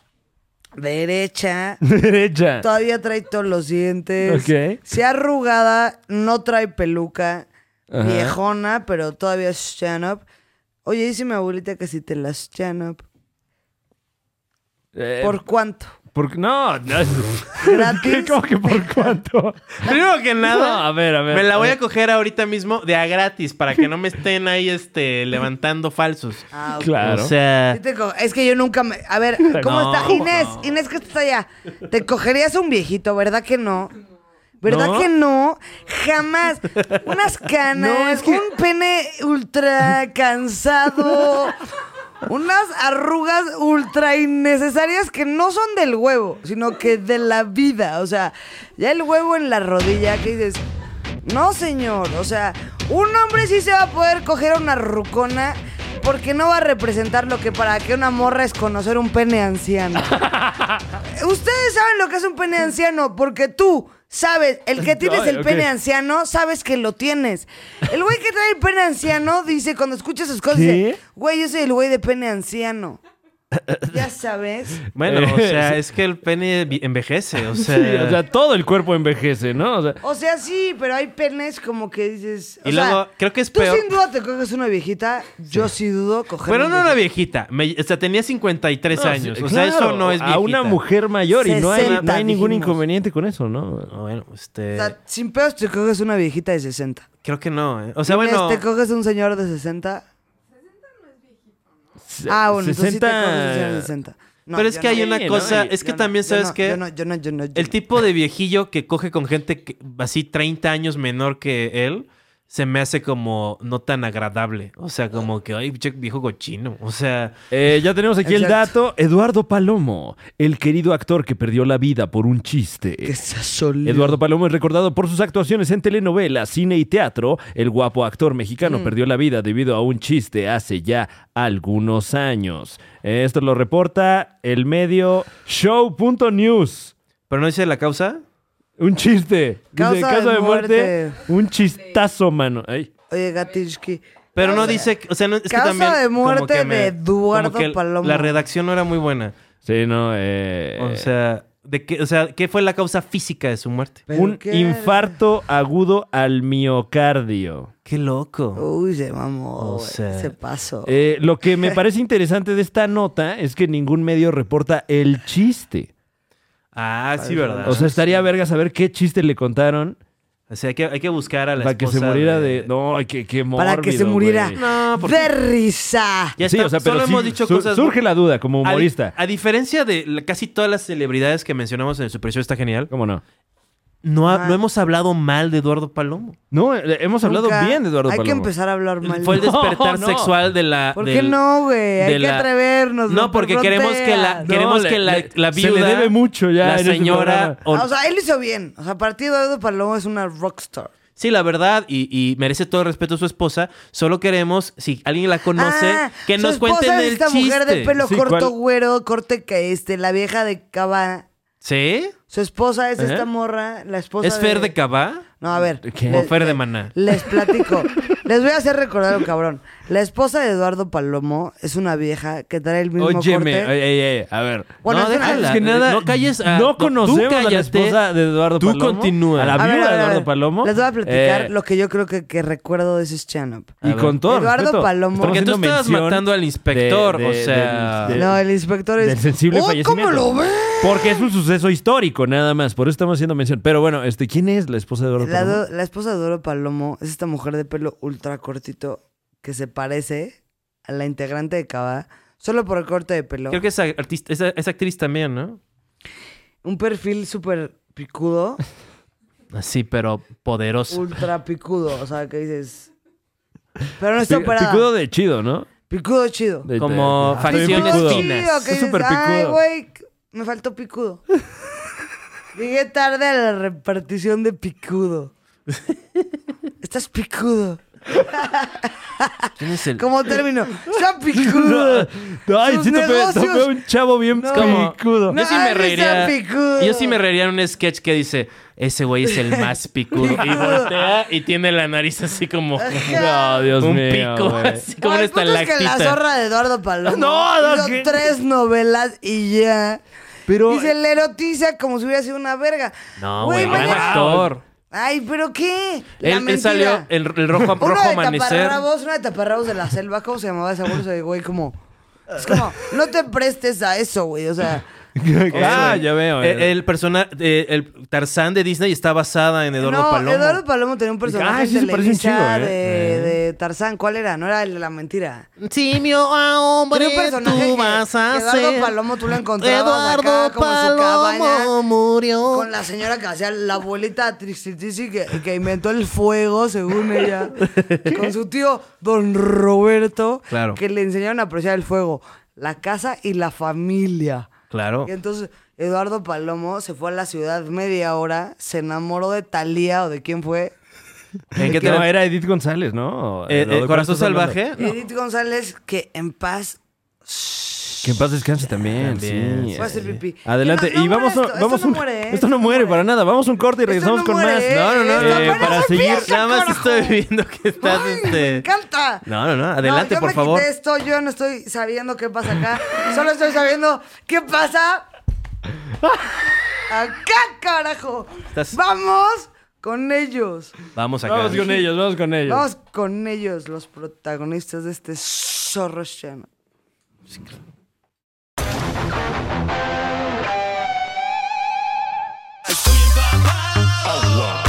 Speaker 9: derecha.
Speaker 10: Derecha.
Speaker 9: Todavía trae todos los dientes.
Speaker 10: Ok.
Speaker 9: Se arrugada, no trae peluca.
Speaker 10: Ajá.
Speaker 9: Viejona, pero todavía es chin up. Oye, dice mi abuelita que si te las chin up.
Speaker 10: Eh,
Speaker 9: ¿Por cuánto?
Speaker 10: por- no, no.
Speaker 9: ¿Gratis?
Speaker 10: ¿Cómo que por cuánto?
Speaker 11: Primero que nada,
Speaker 10: No, a ver, a ver.
Speaker 11: me la voy a
Speaker 10: ver.
Speaker 11: coger ahorita mismo de a gratis para que no me estén ahí este levantando falsos.
Speaker 9: Ah, ok.
Speaker 10: Claro.
Speaker 11: O sea,
Speaker 9: Yo te co- Es que yo nunca me. A ver, ¿cómo
Speaker 11: No,
Speaker 9: está? Inés, Inés, que estás allá. ¿Te cogerías a un viejito? ¿Verdad que no? ¿Verdad
Speaker 10: No.
Speaker 9: que no? Jamás. Unas canas,
Speaker 10: No, es que-
Speaker 9: un pene ultra cansado, unas arrugas ultra innecesarias que no son del huevo, sino que de la vida. O sea, ya el huevo en la rodilla que dices, no señor, o sea, un hombre sí se va a poder coger a una rucona porque no va a representar lo que para que una morra es conocer un pene anciano. Ustedes saben lo que es un pene anciano, porque tú sabes, el que tienes
Speaker 10: Ay,
Speaker 9: el
Speaker 10: ok.
Speaker 9: pene anciano, sabes que lo tienes. El güey que trae el pene anciano dice, cuando escucha sus cosas,
Speaker 10: ¿Qué?
Speaker 9: dice, güey, yo soy el güey de pene anciano. ya sabes.
Speaker 11: bueno, o
Speaker 10: Eh,
Speaker 11: sea,
Speaker 10: sí.
Speaker 11: es que el pene vi- envejece, o
Speaker 10: Sí,
Speaker 11: sea,
Speaker 10: o sea, todo el cuerpo envejece, ¿no? O sea,
Speaker 9: O sea, sí, pero hay penes como que dices. o
Speaker 11: Y luego,
Speaker 9: sea,
Speaker 11: creo que es
Speaker 9: Tú
Speaker 11: peor.
Speaker 9: sin duda te coges una viejita, yo sí dudo coger
Speaker 11: Pero
Speaker 9: una
Speaker 11: no era viejita, me- o sea, tenía 53
Speaker 10: No,
Speaker 11: años,
Speaker 10: sí,
Speaker 11: o sea, eso
Speaker 10: claro,
Speaker 11: no es viejita.
Speaker 10: A una mujer mayor y no hay, no
Speaker 9: 60,
Speaker 10: hay ningún
Speaker 9: dijimos.
Speaker 10: inconveniente con eso, ¿no?
Speaker 11: bueno, este,
Speaker 9: viejita. O sea, sin pedos te coges una viejita de 60.
Speaker 11: creo que no, ¿eh? o sea,
Speaker 9: Tienes-
Speaker 11: bueno,
Speaker 9: Te coges un señor de 60. Ah, bueno, entonces sí te coges un señor de 60. No,
Speaker 11: pero es
Speaker 9: yo
Speaker 11: que
Speaker 9: no.
Speaker 11: hay una
Speaker 9: Sí,
Speaker 11: cosa,
Speaker 9: no,
Speaker 11: es que
Speaker 9: yo no,
Speaker 11: también
Speaker 9: yo
Speaker 11: sabes
Speaker 9: no,
Speaker 11: que
Speaker 9: Yo no, yo no, yo no. yo
Speaker 11: El tipo de viejillo que coge con gente que- así 30 años menor que él se me hace como no tan agradable. O sea, como que, ay, pinche viejo cochino. O sea,
Speaker 10: Eh, ya tenemos aquí el
Speaker 9: Exacto.
Speaker 10: dato. Eduardo Palomo, el querido actor que perdió la vida por un chiste.
Speaker 9: no. Que sea solo.
Speaker 10: Eduardo Palomo es recordado por sus actuaciones en telenovelas, cine y teatro. El guapo actor mexicano
Speaker 9: Mm.
Speaker 10: perdió la vida debido a un chiste hace ya algunos años. Esto lo reporta el medio show.news.
Speaker 11: pero no dice la causa.
Speaker 10: Un chiste.
Speaker 9: Causa
Speaker 10: Dice, caso de,
Speaker 9: de
Speaker 10: muerte. Un chistazo, mano. Ay.
Speaker 9: Oye, Gatishki.
Speaker 11: Pero no
Speaker 9: Causa-
Speaker 11: dice, o sea, no, es que
Speaker 9: causa
Speaker 11: también
Speaker 9: de
Speaker 11: como
Speaker 9: muerte
Speaker 11: que me-
Speaker 9: de Eduardo
Speaker 11: como que
Speaker 9: Palomo.
Speaker 11: La redacción no era muy buena.
Speaker 10: Sí, no. eh,
Speaker 11: O sea, de qué, o sea, ¿qué fue la causa física de su muerte?
Speaker 9: ¿Pero
Speaker 10: un
Speaker 9: qué?
Speaker 10: infarto agudo al miocardio.
Speaker 11: Qué loco.
Speaker 9: Uy, se mamó.
Speaker 11: O
Speaker 9: güey,
Speaker 11: sea,
Speaker 9: se pasó.
Speaker 10: Eh, lo que me parece interesante de esta nota es que ningún medio reporta el chiste.
Speaker 11: Ah, sí, verdad.
Speaker 10: O sea, estaría verga saber qué chiste le contaron
Speaker 11: hay, que, hay que buscar a la
Speaker 10: para que se
Speaker 11: esposa
Speaker 10: muriera de... No, ay, qué, qué
Speaker 9: Para que se
Speaker 10: mórbido,
Speaker 9: muriera
Speaker 10: güey.
Speaker 11: No, porque-
Speaker 9: de risa.
Speaker 11: Ya
Speaker 10: sí,
Speaker 11: está,
Speaker 10: o sea, pero
Speaker 11: solo
Speaker 10: sí,
Speaker 11: hemos dicho
Speaker 10: su-
Speaker 11: cosas
Speaker 10: surge la duda como
Speaker 11: A di-
Speaker 10: humorista.
Speaker 11: A, diferencia de la- casi todas las celebridades que mencionamos en el Super Show está genial,
Speaker 10: ¿Cómo no?
Speaker 11: no, ha-
Speaker 9: Ah.
Speaker 11: no hemos hablado mal de Eduardo Palomo.
Speaker 10: No, eh, hemos hablado
Speaker 9: Nunca.
Speaker 10: bien de Eduardo
Speaker 9: Hay que
Speaker 10: Palomo.
Speaker 9: empezar a hablar mal.
Speaker 11: Fue el despertar
Speaker 10: no.
Speaker 11: sexual de la.
Speaker 9: ¿Por
Speaker 11: del-
Speaker 9: qué no, güey?
Speaker 11: de
Speaker 9: Hay que
Speaker 11: la-
Speaker 9: atrevernos.
Speaker 11: No, porque queremos que la,
Speaker 9: fronteras.
Speaker 11: queremos
Speaker 10: le-
Speaker 11: que la,
Speaker 10: le-
Speaker 11: la
Speaker 10: se le
Speaker 11: viuda,
Speaker 10: debe mucho ya
Speaker 11: La
Speaker 10: en este
Speaker 11: señora.
Speaker 10: programa.
Speaker 11: o-
Speaker 9: Ah, o sea, él hizo bien. O sea, partido de Eduardo Palomo es una rockstar.
Speaker 11: sí, la verdad, y, y merece todo el respeto a su esposa. Solo queremos, si alguien la conoce,
Speaker 9: Ah,
Speaker 11: que
Speaker 9: su
Speaker 11: nos
Speaker 9: esposa
Speaker 11: cuenten
Speaker 9: es
Speaker 11: el
Speaker 9: esta
Speaker 11: chiste.
Speaker 9: mujer de pelo
Speaker 10: Sí,
Speaker 9: corto,
Speaker 10: ¿cuál?
Speaker 9: güero, corte que este, la vieja de cava.
Speaker 11: ¿Sí?
Speaker 9: Su esposa es
Speaker 11: ¿Eh?
Speaker 9: esta morra, la esposa
Speaker 11: ¿Es Fer de
Speaker 9: de
Speaker 11: Cabá?
Speaker 9: No, a ver.
Speaker 11: ¿Qué?
Speaker 9: le-
Speaker 11: ¿O Fer de
Speaker 9: le-
Speaker 11: Maná?
Speaker 9: Les platico. les voy a hacer recordar un cabrón. La esposa de Eduardo Palomo es una vieja que trae el mismo
Speaker 10: Óyeme,
Speaker 9: corte.
Speaker 10: oye, oye, oye, a ver.
Speaker 9: Bueno,
Speaker 10: no,
Speaker 9: es una-
Speaker 10: déjala,
Speaker 9: es que nada-
Speaker 10: no calles a-
Speaker 9: no
Speaker 10: no- tú
Speaker 9: conocemos a la
Speaker 10: cállate,
Speaker 9: esposa
Speaker 10: de Eduardo tú
Speaker 9: Palomo,
Speaker 10: continúa. A la
Speaker 9: A ver,
Speaker 10: viuda
Speaker 9: a ver,
Speaker 10: de
Speaker 9: a
Speaker 10: Eduardo
Speaker 9: ver.
Speaker 10: Palomo.
Speaker 9: Les voy a platicar
Speaker 10: Eh,
Speaker 9: lo que yo creo que, que recuerdo de ese stand-up.
Speaker 10: Y A ver. con todo
Speaker 9: Eduardo
Speaker 10: respeto,
Speaker 9: Palomo.
Speaker 10: porque tú Haciendo estabas mención matando
Speaker 11: al inspector,
Speaker 10: de- de-
Speaker 11: o sea...
Speaker 10: del-
Speaker 9: No, el inspector es.
Speaker 10: Eh, del sensible
Speaker 9: ¡Oh,
Speaker 10: fallecimiento.
Speaker 9: cómo lo ve!
Speaker 10: Porque es un suceso histórico, nada más. Por eso estamos haciendo mención. Pero bueno, este, ¿quién es la esposa de Eduardo
Speaker 9: La,
Speaker 10: Palomo?
Speaker 9: do- la esposa de Doro Palomo es esta mujer de pelo ultra cortito que se parece a la integrante de Cava solo por el corte de pelo.
Speaker 11: Creo que es, artista, es, es actriz también, ¿no?
Speaker 9: Un perfil súper picudo,
Speaker 10: Ah,
Speaker 11: Así, pero poderosa.
Speaker 9: ultra picudo. O sea, que dices. Pero no está
Speaker 10: Pi-
Speaker 9: operada.
Speaker 10: Picudo de chido, ¿no?
Speaker 9: Picudo chido.
Speaker 10: De-
Speaker 11: Como
Speaker 10: de-
Speaker 11: facciones
Speaker 10: Picudo.
Speaker 11: finas.
Speaker 9: Picudo, que
Speaker 10: Es
Speaker 9: dices,
Speaker 10: súper
Speaker 9: Ay,
Speaker 10: picudo.
Speaker 9: güey, me faltó picudo. Llegué tarde a la repartición de picudo. Estás picudo.
Speaker 11: ¿Quién es el...?
Speaker 9: Como término, está picudo.
Speaker 10: No, Ay,
Speaker 9: Sus
Speaker 10: sí topé,
Speaker 9: negocios.
Speaker 10: topé un chavo bien
Speaker 9: No,
Speaker 11: Como-
Speaker 10: picudo.
Speaker 11: Yo sí
Speaker 9: Ay,
Speaker 11: me
Speaker 9: está
Speaker 11: reiría.
Speaker 9: picudo.
Speaker 11: Yo sí me reiría en un sketch que dice: Ese güey es el más picudo. y voltea y tiene la nariz así como.
Speaker 9: Ajá.
Speaker 10: No, Dios
Speaker 11: un
Speaker 10: mío,
Speaker 11: pico,
Speaker 10: güey.
Speaker 11: así
Speaker 9: No,
Speaker 11: como una
Speaker 9: el punto pues es que la
Speaker 11: estalactita.
Speaker 9: zorra de Eduardo Palomo
Speaker 10: No, no,
Speaker 9: hizo
Speaker 10: ¿qué?
Speaker 9: tres novelas y ya.
Speaker 10: Pero- eh,
Speaker 9: y se le erotiza como si hubiera sido una verga.
Speaker 11: No, güey, gran
Speaker 9: mañana-
Speaker 11: actor.
Speaker 9: Ay, ¿pero qué? La
Speaker 11: Él, él
Speaker 9: mentira.
Speaker 11: salió el, el rojo,
Speaker 9: Uno
Speaker 11: rojo
Speaker 9: de
Speaker 11: amanecer.
Speaker 9: taparrabos, uno de taparrabos de la selva. ¿Cómo se llamaba esa bolsa de güey? Como... Es como, no te prestes a eso, güey. O sea,
Speaker 10: ah, ya veo.
Speaker 11: El, el persona, eh, el Tarzán de Disney está basada en Eduardo
Speaker 9: no,
Speaker 11: Palomo.
Speaker 9: Eduardo Palomo tenía un personaje
Speaker 10: Ah, sí se
Speaker 9: en
Speaker 10: parece un
Speaker 9: Televisa
Speaker 10: chingo, ¿eh?
Speaker 9: de, de Tarzán. ¿Cuál era? No era el de la mentira.
Speaker 11: Simio a ah, hombre,
Speaker 9: Tenía un personaje
Speaker 11: tú
Speaker 9: que-
Speaker 11: vas a
Speaker 9: que
Speaker 11: ser.
Speaker 9: Eduardo Palomo tú lo encontrabas
Speaker 11: Eduardo
Speaker 9: acá como en su
Speaker 11: Palomo
Speaker 9: cabaña
Speaker 11: murió.
Speaker 9: con la señora que hacía la abuelita Trixitisi que, que inventó el fuego, según ella, con su tío Don Roberto,
Speaker 11: Claro.
Speaker 9: que le enseñaron a apreciar el fuego, la casa y la familia.
Speaker 11: Claro.
Speaker 10: Oh.
Speaker 9: Y entonces Eduardo Palomo se fue a la ciudad media hora, se enamoró de Talía o de quién fue.
Speaker 11: ¿En qué te-
Speaker 10: No, era Edith González, ¿no?
Speaker 11: Eh, eh,
Speaker 10: ¿De cuál
Speaker 11: ¿Corazón
Speaker 10: estás hablando?
Speaker 11: salvaje? No.
Speaker 9: Edith González, que en paz
Speaker 10: Que en paz descanse también.
Speaker 11: También,
Speaker 10: sí.
Speaker 9: Voy a hacer pipí.
Speaker 10: Adelante.
Speaker 9: Que no- no
Speaker 10: y vamos.
Speaker 9: muere
Speaker 10: a-
Speaker 9: esto,
Speaker 10: vamos
Speaker 9: esto no
Speaker 10: un-
Speaker 9: muere, ¿eh?
Speaker 10: Esto no muere para nada. Vamos un corte y regresamos
Speaker 9: no
Speaker 10: con
Speaker 9: muere,
Speaker 10: más.
Speaker 9: ¿eh? No, no, no.
Speaker 10: Eh,
Speaker 9: Esto apenas
Speaker 10: para seguir.
Speaker 9: empieza.
Speaker 11: Nada más
Speaker 9: carajo.
Speaker 11: estoy viendo que estás
Speaker 9: Ay, me
Speaker 11: este.
Speaker 9: encanta.
Speaker 11: No, no, no. Adelante,
Speaker 9: No, yo
Speaker 11: por
Speaker 9: me
Speaker 11: favor.
Speaker 9: Quité esto, yo no estoy sabiendo qué pasa acá. Solo estoy sabiendo qué pasa acá, carajo.
Speaker 11: Estás-
Speaker 9: Vamos con ellos.
Speaker 11: Vamos acá.
Speaker 10: Vamos con ellos, vamos con ellos.
Speaker 9: Vamos con ellos, los protagonistas de este zorro channel.
Speaker 5: Agua.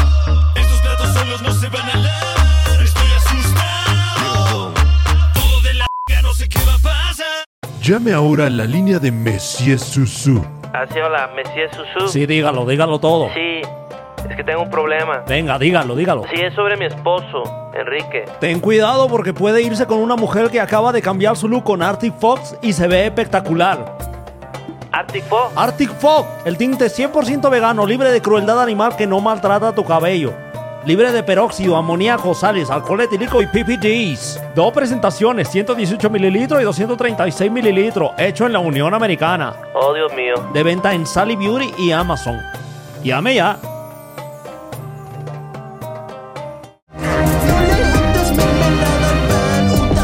Speaker 5: Estos platos solos no se van a lavar. Estoy asustado. Todo de la no sé qué va a pasar.
Speaker 12: Llame ahora a la línea de Messier Susu.
Speaker 13: Así, hola, Messi Susu.
Speaker 14: Sí, dígalo, dígalo todo.
Speaker 13: Sí, es que tengo un problema.
Speaker 14: Venga, dígalo, dígalo.
Speaker 13: Sí, es sobre mi esposo, Enrique.
Speaker 14: Ten cuidado porque puede irse con una mujer que acaba de cambiar su look con Arctic Fox y se ve espectacular.
Speaker 13: Arctic Fox.
Speaker 14: Arctic Fox, el tinte 100% vegano, libre de crueldad animal que no maltrata tu cabello. Libre de peróxido, amoníaco, sales, alcohol etílico y PPDs. Dos presentaciones, 118 mililitros y 236 mililitros, hecho en la Unión Americana.
Speaker 13: Oh, Dios mío.
Speaker 14: de venta en Sally Beauty y Amazon. Llame ya.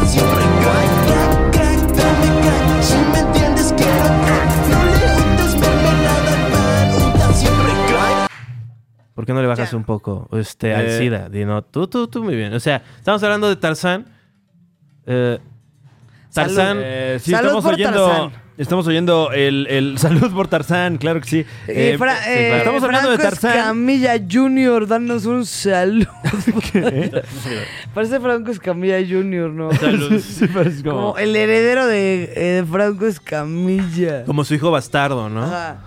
Speaker 2: Siempre crack, crack, crack, dame crack. Si me entiendes, quiero crack. No le untas mermelada al pan, unta siempre crack.
Speaker 11: ¿Por qué no le bajas un poco? Este, al
Speaker 10: Eh.
Speaker 11: SIDA. Di, no, tú, tú, tú, muy bien. O sea, estamos hablando de Tarzán. Eh,
Speaker 10: Salud.
Speaker 11: Tarzán.
Speaker 10: Eh, sí, estamos oyendo. Estamos oyendo el, el- Salud por Tarzán, claro que sí.
Speaker 9: Eh,
Speaker 10: Eh,
Speaker 9: Fra-
Speaker 10: sí,
Speaker 9: eh,
Speaker 10: claro. Estamos hablando de
Speaker 9: Franco
Speaker 10: Tarzán.
Speaker 9: Escamilla Junior, danos un saludo. Parece Franco Escamilla Junior, ¿no?
Speaker 10: Sí, parece como-
Speaker 9: Como el heredero de, eh, de Franco Escamilla.
Speaker 11: Como su hijo bastardo, ¿no?
Speaker 9: Ajá.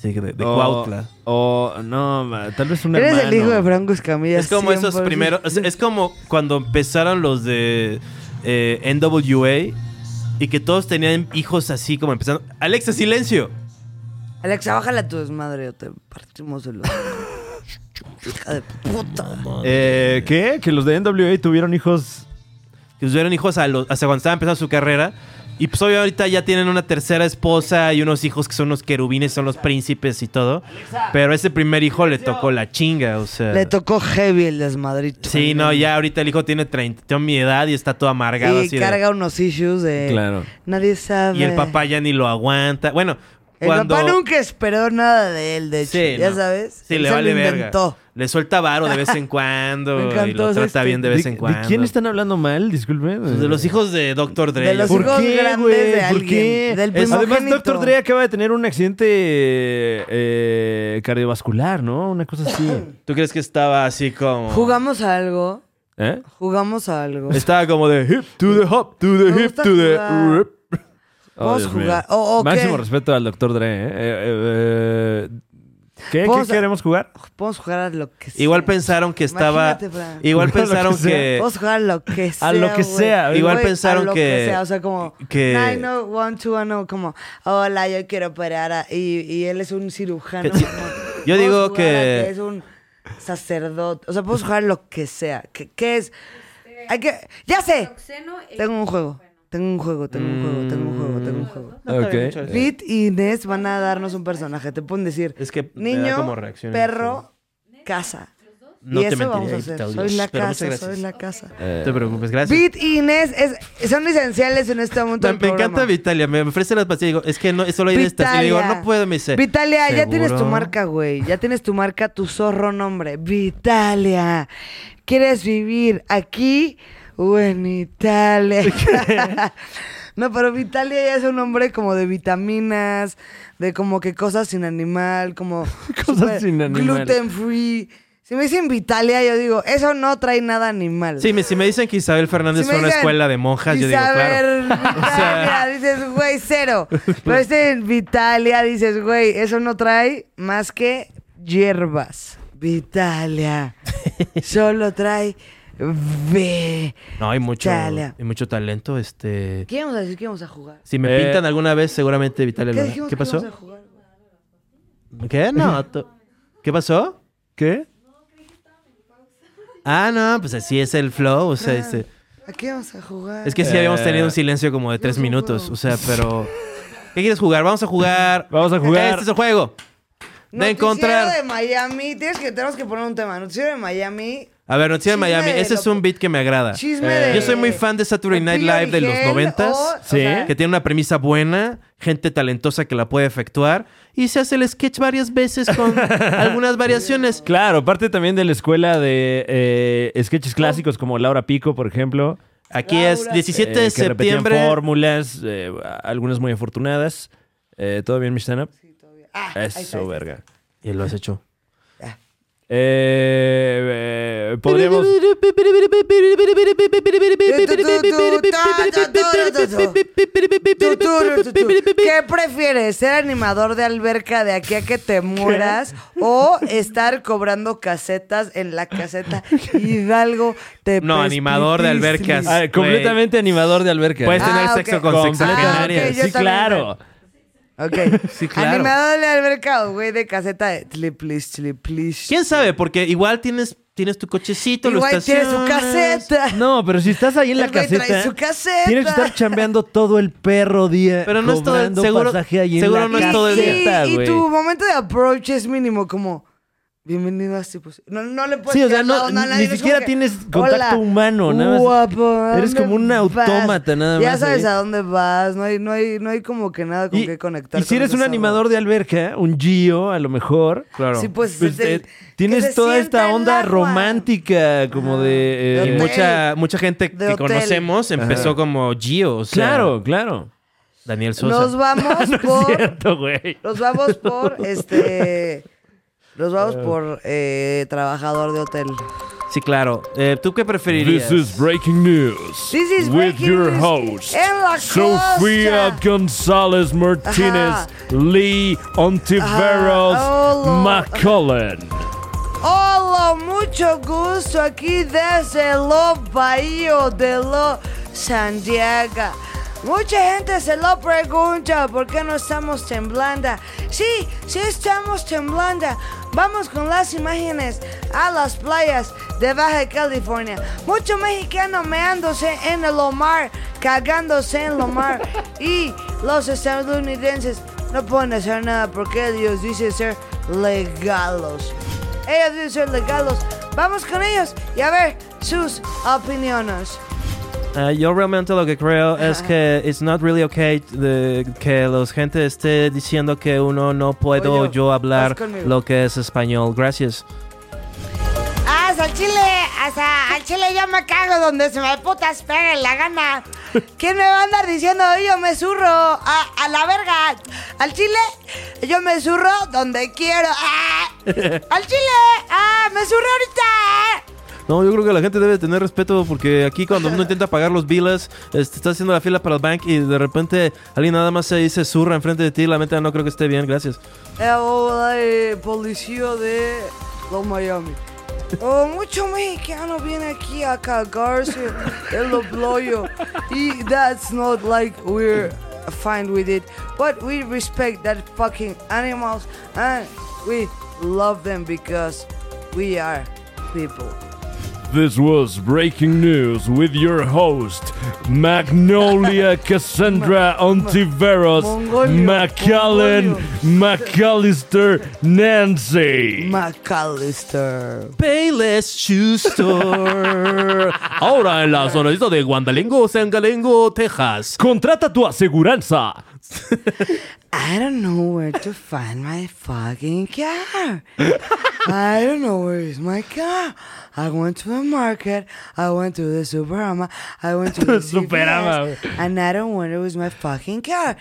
Speaker 11: Sí, de, de
Speaker 10: O-
Speaker 11: Cuautla.
Speaker 10: O, no, ma- tal vez un
Speaker 9: Eres
Speaker 10: hermano.
Speaker 9: el hijo de Franco Escamilla.
Speaker 11: Es como esos
Speaker 9: 100%.
Speaker 11: primeros. o sea, es como cuando empezaron los de eh, NWA y que todos tenían hijos así, como empezando. Alexa, silencio.
Speaker 9: Alexa, bájale a tu desmadre o te partimos el... Hija de puta.
Speaker 10: Eh, ¿Qué? Que los de NWA tuvieron hijos.
Speaker 11: pues, Que tuvieron hijos a los, hasta cuando estaba empezando su carrera. Y pues obvio, ahorita ya tienen una tercera esposa y unos hijos que son los querubines, son los príncipes y todo. Pero ese primer hijo le tocó la chinga, o sea.
Speaker 9: Le tocó heavy el desmadrito.
Speaker 11: Sí, no, ya ahorita el hijo tiene 30, tiene mi edad y está todo amargado
Speaker 9: Y
Speaker 11: así de-
Speaker 9: carga unos issues de...
Speaker 11: Claro.
Speaker 9: Nadie sabe.
Speaker 11: Y el papá ya ni lo aguanta. Bueno,
Speaker 9: El
Speaker 11: cuando
Speaker 9: papá nunca esperó nada de él, de hecho.
Speaker 11: Sí,
Speaker 9: ya
Speaker 11: no.
Speaker 9: sabes.
Speaker 11: Sí,
Speaker 9: Él
Speaker 11: le
Speaker 9: se
Speaker 11: vale
Speaker 9: lo
Speaker 11: verga.
Speaker 9: inventó.
Speaker 11: Le suelta varo de vez en cuando
Speaker 9: Me
Speaker 11: y
Speaker 9: encantó
Speaker 11: lo
Speaker 9: ese
Speaker 11: trata
Speaker 9: este-
Speaker 11: bien de vez
Speaker 10: ¿De-
Speaker 11: en
Speaker 10: de
Speaker 11: cuando. Pues
Speaker 10: quién están hablando mal? Disculpen.
Speaker 11: De los hijos de Dr. Dre.
Speaker 10: De los ¿Por hijos qué,
Speaker 9: grandes
Speaker 10: güey?
Speaker 9: de
Speaker 10: ¿Por
Speaker 9: alguien,
Speaker 10: qué?
Speaker 9: del
Speaker 10: Es- Además,
Speaker 9: primogénito.
Speaker 10: Dr. Dre acaba de tener un accidente eh, cardiovascular, ¿no? Una cosa así.
Speaker 11: ¿Tú crees que estaba así como.
Speaker 9: Jugamos a algo.
Speaker 10: ¿Eh?
Speaker 9: Jugamos a algo.
Speaker 11: Estaba como de hip to the hop, to the
Speaker 9: Me
Speaker 11: hip
Speaker 9: gusta
Speaker 11: to the
Speaker 9: jugar.
Speaker 11: rip. oh,
Speaker 9: Vamos
Speaker 10: Oh, Dios
Speaker 9: a jugar. Oh,
Speaker 10: mío.
Speaker 9: O- o
Speaker 10: Máximo
Speaker 9: qué.
Speaker 10: respeto al Dr. Dre. ¿eh? Eh, eh, eh, ¿Qué, qué
Speaker 9: Vamos a- Oh,
Speaker 10: queremos jugar?
Speaker 9: Podemos jugar a lo que sea.
Speaker 11: Igual pensaron que estaba.
Speaker 9: Imagínate, Fran.
Speaker 10: Jugar
Speaker 11: Igual
Speaker 10: a lo
Speaker 11: pensaron
Speaker 10: que sea.
Speaker 11: que.
Speaker 9: Podemos jugar Pues, a lo que sea.
Speaker 11: Eh, A lo que
Speaker 9: güey.
Speaker 11: sea. Igual
Speaker 9: Güey,
Speaker 11: pensaron
Speaker 9: a lo
Speaker 11: que-
Speaker 9: sea. O sea, como.
Speaker 11: que-
Speaker 9: Nine, no, one, two, one, no. Como, hola, yo quiero operar. a- Y, y él es un cirujano.
Speaker 11: Que-
Speaker 9: mamón.
Speaker 11: Yo
Speaker 9: Podemos
Speaker 11: digo
Speaker 9: jugar a
Speaker 11: que-
Speaker 9: Es un sacerdote. O sea, podemos jugar a lo que sea. ¿Qué, qué es? Hay que. ¡Ya sé! Tengo un juego. Tengo un juego, tengo un juego, tengo un juego, tengo un juego.
Speaker 11: No, está bien, chale.
Speaker 9: Pete y Inés van a darnos un personaje. Te pueden decir
Speaker 11: Eh. Es que me da
Speaker 9: niño,
Speaker 11: como reacción.
Speaker 9: perro, casa.
Speaker 11: No
Speaker 9: y
Speaker 11: te
Speaker 9: eso
Speaker 11: mentiré,
Speaker 9: vamos a hacer.
Speaker 11: Pita,
Speaker 9: Soy la
Speaker 11: pero muchas
Speaker 9: casa,
Speaker 11: gracias.
Speaker 9: soy la casa.
Speaker 11: No te preocupes, gracias.
Speaker 9: Pete y Inés es- son esenciales en este momento.
Speaker 11: Me,
Speaker 9: del
Speaker 11: me encanta
Speaker 9: programa.
Speaker 11: Vitalia, me ofrece las pastillas y digo, es que no, solo hay de estas. Y le digo,
Speaker 9: Vitalia.
Speaker 11: no puedo, me dice.
Speaker 9: Vitalia, ya tienes tu
Speaker 11: "¿Seguro?".
Speaker 9: marca, güey. Ya tienes tu marca, tu zorro nombre. Vitalia, ¿quieres vivir aquí o en Italia? no, pero Vitalia ya es un nombre como de vitaminas, de como que cosas sin animal, como súper
Speaker 10: sin animal.
Speaker 9: gluten free. Si me dicen Vitalia, yo digo, eso no trae nada animal.
Speaker 11: Sí, me- si me dicen que Isabel
Speaker 9: Si
Speaker 11: Fernández
Speaker 9: me
Speaker 11: fue a una
Speaker 9: dicen,
Speaker 11: escuela de monjas, yo digo, claro.
Speaker 9: Isabel Vitalia, dices, güey, cero. Pero este en Vitalia, dices, güey, eso no trae más que hierbas. Vitalia. Solo trae V.
Speaker 11: No, hay mucho,
Speaker 9: Vitalia.
Speaker 11: hay mucho talento. Este,
Speaker 9: ¿Qué íbamos a decir que íbamos a jugar?
Speaker 11: si me
Speaker 10: Eh,
Speaker 11: pintan alguna vez, seguramente Vitalia
Speaker 9: ¿Qué
Speaker 11: lo hará.
Speaker 9: dijimos
Speaker 11: ¿Qué
Speaker 9: que
Speaker 11: pasó?
Speaker 9: íbamos a jugar?
Speaker 11: ¿Qué? No. to- ¿Qué pasó? ¿Qué? Ah, no, pues así es el flow. O sea, este-
Speaker 9: ¿A qué íbamos a jugar?
Speaker 11: es que sí
Speaker 10: Eh.
Speaker 11: habíamos tenido un silencio como de tres minutos. O sea, pero. ¿Qué quieres jugar? Vamos a jugar. Vamos a
Speaker 10: jugar.
Speaker 11: Este es el juego. De
Speaker 9: Noticiero
Speaker 11: encontrar.
Speaker 9: de Miami. Tienes que, tenemos que poner un tema. Noticiero de Miami.
Speaker 11: A ver, Noticias de
Speaker 9: Chisme
Speaker 11: Miami.
Speaker 9: de
Speaker 11: Ese
Speaker 9: lo-
Speaker 11: es un beat que me agrada.
Speaker 9: Chisme de-
Speaker 11: Eh, Yo soy muy fan de Saturday Night
Speaker 9: Pío
Speaker 11: Live de los
Speaker 9: Miguel
Speaker 11: noventas.
Speaker 9: o- o Sí. sea-
Speaker 11: Que tiene una premisa buena, gente talentosa que la puede efectuar. Y se hace el sketch varias veces con algunas variaciones.
Speaker 10: Claro, parte también de la escuela de eh, sketches clásicos como Laura Pico, por ejemplo. eh,
Speaker 11: Aquí es 17 de
Speaker 10: que repetían
Speaker 11: septiembre.
Speaker 10: fórmulas, eh, algunas muy afortunadas. Eh, ¿Todo bien, mi stand-up? Sí, todo bien.
Speaker 9: ah,
Speaker 10: Eso,
Speaker 11: ahí está, ahí está.
Speaker 10: verga.
Speaker 11: Y lo has hecho.
Speaker 10: Eh, eh, podríamos...
Speaker 9: ¿Qué prefieres? ¿Ser animador de alberca de aquí a que te mueras? ¿O estar cobrando casetas en la caseta Hidalgo? Te
Speaker 11: No, animador de albercas.
Speaker 10: Ah, completamente animador de alberca. ¿eh?
Speaker 11: Puedes tener
Speaker 9: Ah,
Speaker 11: este sexo
Speaker 9: ok.
Speaker 11: con
Speaker 9: Completamente.
Speaker 11: sexagenarias.
Speaker 9: Ah, ok, yo
Speaker 11: sí,
Speaker 9: también.
Speaker 11: claro.
Speaker 9: Ok.
Speaker 11: Sí, claro.
Speaker 9: Animador de alberca, o güey, de caseta de tliplis, tliplis.
Speaker 11: ¿Quién sabe? Porque igual tienes, tienes tu cochecito, lo
Speaker 9: Igual tiene su
Speaker 11: estacionas.
Speaker 9: caseta.
Speaker 10: No, pero si estás ahí en la
Speaker 9: El güey trae
Speaker 10: caseta,
Speaker 9: su caseta.
Speaker 10: tienes que estar chambeando todo el perro día.
Speaker 11: Pero no es todo el-
Speaker 10: cobrando
Speaker 11: seguro-
Speaker 10: pasaje ahí en
Speaker 11: seguro
Speaker 10: la
Speaker 11: no es todo el día.
Speaker 10: caseta,
Speaker 9: Y, y
Speaker 10: güey.
Speaker 9: tu momento de approach es mínimo, como bienvenido a este pues. No, no le puedes
Speaker 10: Sí, o sea,
Speaker 9: tirar la
Speaker 10: no,
Speaker 9: onda a
Speaker 10: ni-
Speaker 9: nadie,
Speaker 10: ni
Speaker 9: no es
Speaker 10: siquiera
Speaker 9: como que,
Speaker 10: tienes contacto
Speaker 9: "Hola,
Speaker 10: humano, nada más.
Speaker 9: guapo, ¿a
Speaker 10: Eres
Speaker 9: dónde
Speaker 10: como un
Speaker 9: vas?".
Speaker 10: autómata, nada
Speaker 9: Ya
Speaker 10: más,
Speaker 9: sabes
Speaker 10: ¿eh?
Speaker 9: a dónde vas, no hay, no hay, no hay como que nada con qué conectar.
Speaker 10: Y si
Speaker 9: con
Speaker 10: eres
Speaker 9: ese
Speaker 10: un
Speaker 9: cerdo.
Speaker 10: animador de alberca, un Gio a lo mejor. Claro.
Speaker 9: Sí, pues, es el- que
Speaker 10: tienes
Speaker 9: se
Speaker 10: toda
Speaker 9: sienta
Speaker 10: esta
Speaker 9: en el
Speaker 10: onda
Speaker 9: agua. Ah,
Speaker 10: romántica, como de.
Speaker 11: Y
Speaker 10: eh,
Speaker 11: mucha, mucha gente que
Speaker 9: hotel.
Speaker 11: conocemos empezó
Speaker 10: Ajá.
Speaker 11: como Gio. o sea,
Speaker 10: Claro, claro.
Speaker 11: Daniel Sosa.
Speaker 9: Nos vamos por.
Speaker 10: güey.
Speaker 9: Nos vamos por este. Nos
Speaker 10: Ah.
Speaker 9: vamos por eh, trabajador de hotel.
Speaker 11: Sí, claro. Eh, ¿Tú qué preferirías?
Speaker 10: This is breaking news.
Speaker 9: This is
Speaker 10: with
Speaker 9: breaking
Speaker 10: your
Speaker 9: news.
Speaker 10: host,
Speaker 9: En la
Speaker 10: Sofía
Speaker 9: costa.
Speaker 10: González Martínez,
Speaker 9: Ajá. Oh,
Speaker 10: Lee Ontiveros
Speaker 9: Ajá. Hola.
Speaker 10: McCullen.
Speaker 9: Hola, mucho gusto aquí desde lo Bahío de lo Santiago. Mucha gente se lo pregunta, ¿por qué no estamos temblando? Sí, sí estamos temblando. Vamos con las imágenes a las playas de Baja California. Muchos mexicanos meándose en el mar, cagándose en el mar. Y los estadounidenses no pueden hacer nada porque ellos dicen ser legalos. Ellos dicen ser legalos. Vamos con ellos y a ver sus opiniones.
Speaker 11: Ah, yo realmente lo que creo es que it's not really okay de- que la gente esté diciendo que uno no puedo
Speaker 9: Oye,
Speaker 11: yo hablar
Speaker 9: vas conmigo.
Speaker 11: lo que es español. Gracias.
Speaker 9: Ah, al chile, hasta al chile yo me cago donde se me putas pegue la gana. ¿Quién me va a andar diciendo yo me zurro a, a la verga? Al chile yo me zurro donde quiero. Ah, al chile, ah, me zurro ahorita.
Speaker 11: No, yo creo que la gente debe tener respeto porque aquí cuando uno intenta pagar los biles, este, está haciendo la fila para el bank y de repente alguien nada más se dice zurra enfrente de ti. La neta no creo que esté bien. Gracias.
Speaker 9: El policía de los Miami. Oh, mucho mexicano viene aquí a cagarse en los playos. Y that's not like we're fine with it. But we respect that fucking animals and we love them because we are people.
Speaker 12: This was breaking news with your host, Magnolia Cassandra Ontiveros McAllen McAllister Nancy.
Speaker 9: McAllister.
Speaker 11: Payless Shoe Store.
Speaker 10: Ahora en la sonadita de Guandalengo, Sangalengo, Texas. Contrata tu aseguranza.
Speaker 9: I don't know where to find my fucking car. I don't know where is my car. I went to the market. I went to the Superama. I went to the
Speaker 10: Superama,
Speaker 9: Superama. And I don't where is my fucking car.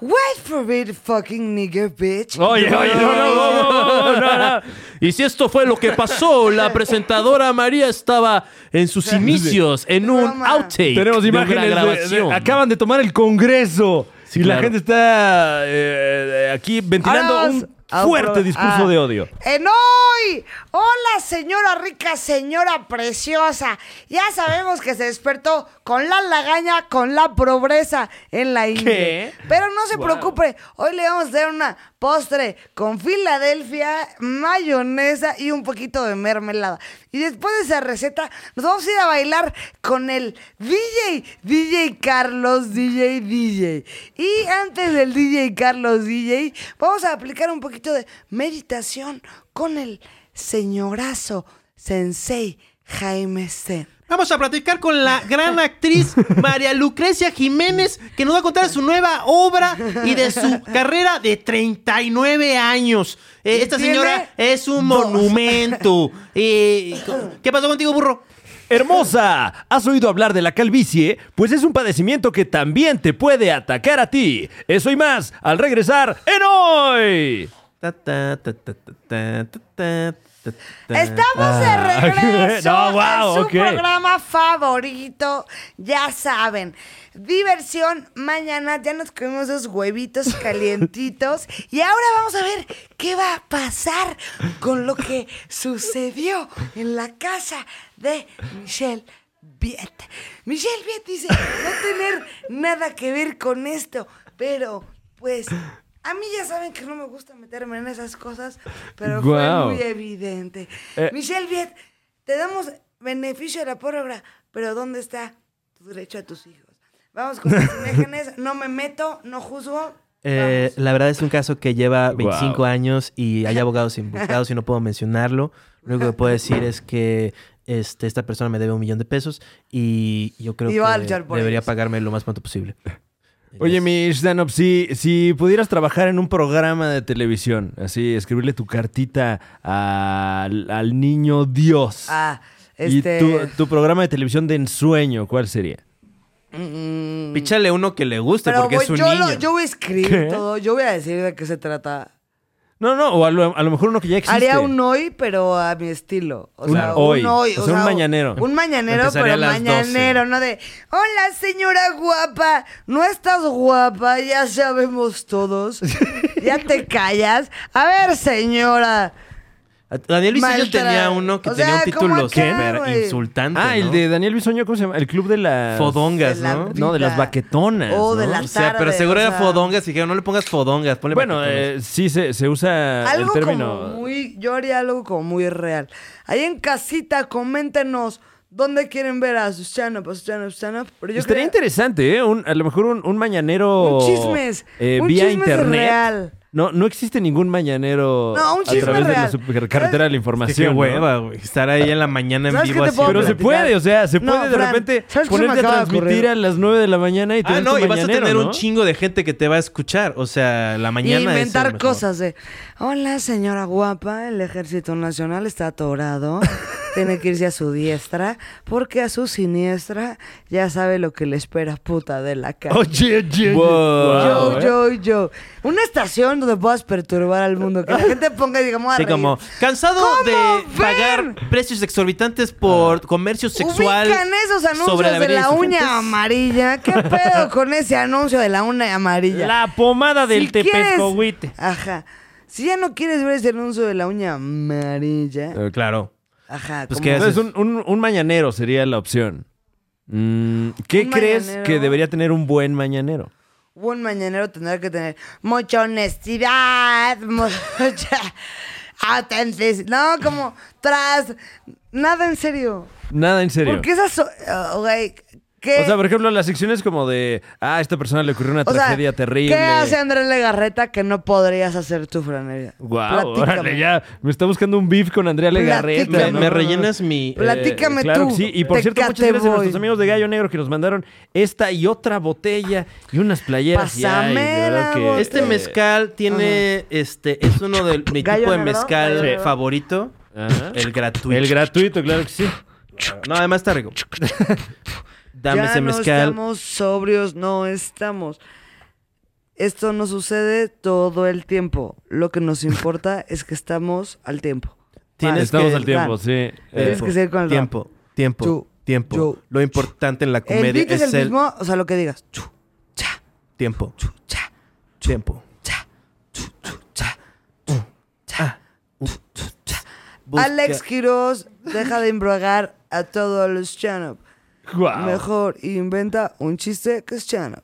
Speaker 9: Wait for me, the fucking nigger bitch.
Speaker 10: Oye, oye, no, no, no, no, no, no. Y si esto fue lo que pasó, la presentadora María estaba en sus inicios en un outtake.
Speaker 14: Tenemos
Speaker 10: de una
Speaker 14: imágenes de- de-
Speaker 10: grabación.
Speaker 14: acaban de tomar el Congreso y
Speaker 10: claro.
Speaker 14: la gente está eh, aquí ventilando
Speaker 9: Ahora vas
Speaker 14: un
Speaker 9: a
Speaker 14: fuerte
Speaker 9: probar-
Speaker 14: discurso
Speaker 9: ah.
Speaker 14: de odio.
Speaker 9: En hoy, hola señora rica, señora preciosa. Ya sabemos que se despertó con la lagaña, con la pobreza en la India.
Speaker 2: ¿Qué?
Speaker 9: Pero no se
Speaker 2: Wow.
Speaker 9: preocupe, hoy le vamos a dar una postre con Filadelfia, mayonesa y un poquito de mermelada. Y después de esa receta, nos vamos a ir a bailar con el DJ, DJ Carlos, DJ, DJ. Y antes del DJ Carlos, DJ, vamos a aplicar un poquito de meditación con el señorazo, sensei Jaime Zen.
Speaker 15: Vamos a platicar con la gran actriz María Lucrecia Jiménez, que nos va a contar su nueva obra y de su carrera de 39 años. Eh,
Speaker 9: Y
Speaker 15: esta
Speaker 9: tiene
Speaker 15: señora es un monumento. Eh, ¿Qué pasó contigo, burro?
Speaker 10: Hermosa, ¿has oído hablar de la calvicie?
Speaker 14: Pues es un padecimiento que también te puede atacar a ti. Eso y más al regresar en hoy.
Speaker 9: Estamos de
Speaker 14: Ah,
Speaker 9: regreso
Speaker 14: no, wow,
Speaker 9: a su
Speaker 14: ok.
Speaker 9: programa favorito. Ya saben, diversión mañana. Ya nos comimos esos huevitos calientitos. y ahora vamos a ver qué va a pasar con lo que sucedió en la casa de Michelle Viet. Michelle Viet dice no tener nada que ver con esto, pero pues... A mí ya saben que no me gusta meterme en esas cosas, pero
Speaker 2: Guau.
Speaker 9: fue muy evidente.
Speaker 2: Eh.
Speaker 9: Michelle Viet, te damos beneficio de la pólvora, pero ¿dónde está tu derecho a tus hijos? Vamos con las imágenes, no me meto, no juzgo.
Speaker 11: Eh, la verdad es un caso que lleva 25
Speaker 10: Wow.
Speaker 11: años y hay abogados involucrados y no puedo mencionarlo. Lo único que puedo decir es que este, esta persona me debe un millón de pesos y yo creo
Speaker 9: Y va a
Speaker 11: que
Speaker 9: luchar por
Speaker 11: debería
Speaker 9: ellos.
Speaker 11: pagarme lo más pronto posible.
Speaker 14: Oye, mi Danop, si, si pudieras trabajar en un programa de televisión, así, escribirle tu cartita al, al niño Dios.
Speaker 9: Ah,
Speaker 14: Y
Speaker 9: este-
Speaker 14: tu, tu programa de televisión de ensueño, ¿cuál sería?
Speaker 9: Mm,
Speaker 11: Píchale uno que le guste
Speaker 9: pero
Speaker 11: porque
Speaker 9: voy-
Speaker 11: es un
Speaker 9: yo, lo-
Speaker 11: niño.
Speaker 9: yo voy a escribir
Speaker 14: ¿Qué?
Speaker 9: todo, yo voy a decir de qué se trata.
Speaker 14: No, no, o a lo, a lo mejor uno que ya existe.
Speaker 9: Haría un hoy, pero a mi estilo. O
Speaker 14: Un
Speaker 9: sea,
Speaker 14: hoy,
Speaker 9: un hoy.
Speaker 14: o sea, un mañanero.
Speaker 9: Un mañanero,
Speaker 14: Empezaría
Speaker 9: pero
Speaker 14: a las
Speaker 9: mañanero, no de. Hola, señora guapa. No estás guapa, ya sabemos todos. ya te callas. A ver, señora.
Speaker 11: Daniel Bisoño
Speaker 9: Maltra-
Speaker 11: tenía uno que
Speaker 9: O
Speaker 11: tenía
Speaker 9: sea,
Speaker 11: un
Speaker 9: ¿cómo
Speaker 11: título
Speaker 9: acá,
Speaker 11: súper
Speaker 9: güey?
Speaker 11: insultante.
Speaker 10: Ah, el
Speaker 11: ¿no?
Speaker 10: de Daniel Bisoño, ¿cómo se llama? El club de las...
Speaker 11: Fodongas,
Speaker 10: de la
Speaker 11: ¿no?
Speaker 10: No, de las vida. baquetonas,
Speaker 9: Oh, de ¿no? la
Speaker 11: O sea, pero
Speaker 9: tarde,
Speaker 11: seguro
Speaker 9: o
Speaker 11: era
Speaker 9: sea.
Speaker 11: fodongas y dijeron, no le pongas fodongas, ponle
Speaker 10: Bueno,
Speaker 11: baquetonas.
Speaker 10: eh, sí se, se usa
Speaker 14: Ah,
Speaker 9: Algo
Speaker 10: el término...
Speaker 9: como muy, yo haría algo como muy real. Ahí en casita, coméntenos dónde quieren ver a su stand-up, a su stand-up, a su stand-up. Pero yo
Speaker 10: Estaría
Speaker 9: creo-
Speaker 10: interesante, ¿eh? Un- a lo mejor un, un mañanero...
Speaker 9: Un chismes.
Speaker 10: eh,
Speaker 9: Un
Speaker 10: vía
Speaker 9: chismes
Speaker 10: internet.
Speaker 9: real.
Speaker 10: No, no existe ningún mañanero
Speaker 9: No, un chisme
Speaker 10: a través de la
Speaker 9: real.
Speaker 10: supercarretera de la
Speaker 11: Es que
Speaker 10: información.
Speaker 11: qué
Speaker 10: ¿no?
Speaker 11: hueva, güey. Estar ahí en la mañana en
Speaker 10: ¿Sabes
Speaker 11: vivo
Speaker 10: qué te
Speaker 11: así.
Speaker 10: puedo Pero se platicar? puede, o sea, se
Speaker 9: No,
Speaker 10: puede de
Speaker 9: Fran,
Speaker 10: repente
Speaker 9: ¿sabes qué se me
Speaker 10: ponerte a
Speaker 9: acaba de
Speaker 10: transmitir
Speaker 9: ocurrir?
Speaker 10: a las 9 de la mañana y
Speaker 11: Ah,
Speaker 10: tener
Speaker 11: no,
Speaker 10: tu
Speaker 11: y vas a
Speaker 10: mañanero,
Speaker 11: tener un
Speaker 10: ¿no?
Speaker 11: chingo de gente que te va a escuchar. O sea, la mañana. es el
Speaker 9: inventar
Speaker 11: mejor.
Speaker 9: cosas de, hola señora guapa, el Ejército Nacional está atorado, tiene que irse a su diestra, porque a su siniestra ya sabe lo que le espera puta de la calle.
Speaker 10: Oye, oye, oye. Wow,
Speaker 11: ¿eh?
Speaker 9: yo, yo, yo. Una estación donde puedas perturbar al mundo, que la gente ponga y diga, "Me voy a
Speaker 11: Sí,
Speaker 9: reír".
Speaker 11: como, cansado de pagar precios exorbitantes por comercio sexual.
Speaker 9: Ubican esos
Speaker 11: sobre
Speaker 9: anuncios
Speaker 11: la
Speaker 9: de
Speaker 11: avenida
Speaker 9: la uña
Speaker 11: Insurgentes?
Speaker 9: amarilla. ¿Qué pedo con ese anuncio de la uña
Speaker 10: eh.
Speaker 9: amarilla?
Speaker 14: La pomada del
Speaker 9: quieres-
Speaker 14: tepezcohuite.
Speaker 9: Ajá. Si ya no quieres ver ese anuncio de la uña amarilla.
Speaker 10: Eh, claro.
Speaker 9: Ajá.
Speaker 10: Pues
Speaker 9: como-
Speaker 10: ¿qué haces? Un, un- un mañanero sería la opción. Mm, ¿Qué
Speaker 9: Un
Speaker 10: crees
Speaker 9: mañanero.
Speaker 10: que debería tener un buen mañanero?
Speaker 9: Un mañanero tendrá que tener mucha honestidad, mucha autenticidad. No, como tras. Nada en serio.
Speaker 10: Nada en serio.
Speaker 9: Porque esas. so- ah, güey, ¿qué-
Speaker 10: O sea, por ejemplo, las secciones como de, ah, a esta persona le ocurrió una
Speaker 9: Eh, o sea,
Speaker 10: tragedia terrible.
Speaker 9: ¿Qué hace Andrés Legarreta que no podrías hacer tu franería?
Speaker 10: Wow, órale, ya me está buscando un beef con Andrea Legarreta.
Speaker 11: Platícame.
Speaker 10: ¿no? Eh,
Speaker 11: Me rellenas mi- eh,
Speaker 9: Platícame
Speaker 10: claro
Speaker 9: tú,
Speaker 10: que sí. Y por cierto, muchas
Speaker 9: Tecate
Speaker 10: gracias a
Speaker 9: Boy.
Speaker 10: nuestros amigos de Gallo Negro que nos mandaron esta y otra botella y unas playeras. Y, ay, de verdad que,
Speaker 11: Este
Speaker 10: eh,
Speaker 11: mezcal tiene, este, es uno de mi
Speaker 9: Gallo
Speaker 11: tipo de
Speaker 9: negro, gallo
Speaker 11: mezcal
Speaker 9: negro.
Speaker 11: favorito.
Speaker 10: Ajá.
Speaker 11: El gratuito.
Speaker 10: El gratuito, claro que sí.
Speaker 11: No, además está rico. Dame
Speaker 9: ya
Speaker 11: ese
Speaker 9: No
Speaker 11: mezcal.
Speaker 9: estamos sobrios, no estamos. Esto nos sucede todo el tiempo. Lo que nos importa es que estamos al tiempo.
Speaker 11: Tienes
Speaker 10: Estamos
Speaker 11: que-
Speaker 10: al tiempo,
Speaker 11: Ran.
Speaker 10: sí.
Speaker 9: Tienes que ser con el Ran.
Speaker 11: Eh, tiempo, tiempo,
Speaker 9: Yo,
Speaker 11: tiempo.
Speaker 9: yo.
Speaker 11: Lo importante en la comedia
Speaker 9: El beat es, el,
Speaker 11: el
Speaker 9: mismo, o sea, lo que digas. Chu,
Speaker 11: tiempo. Tiempo. ah, uh, Busca-
Speaker 9: Alex Quiroz, deja de imbrogar a todos los chanop.
Speaker 10: Guau.
Speaker 9: Mejor inventa un chiste que es chanop.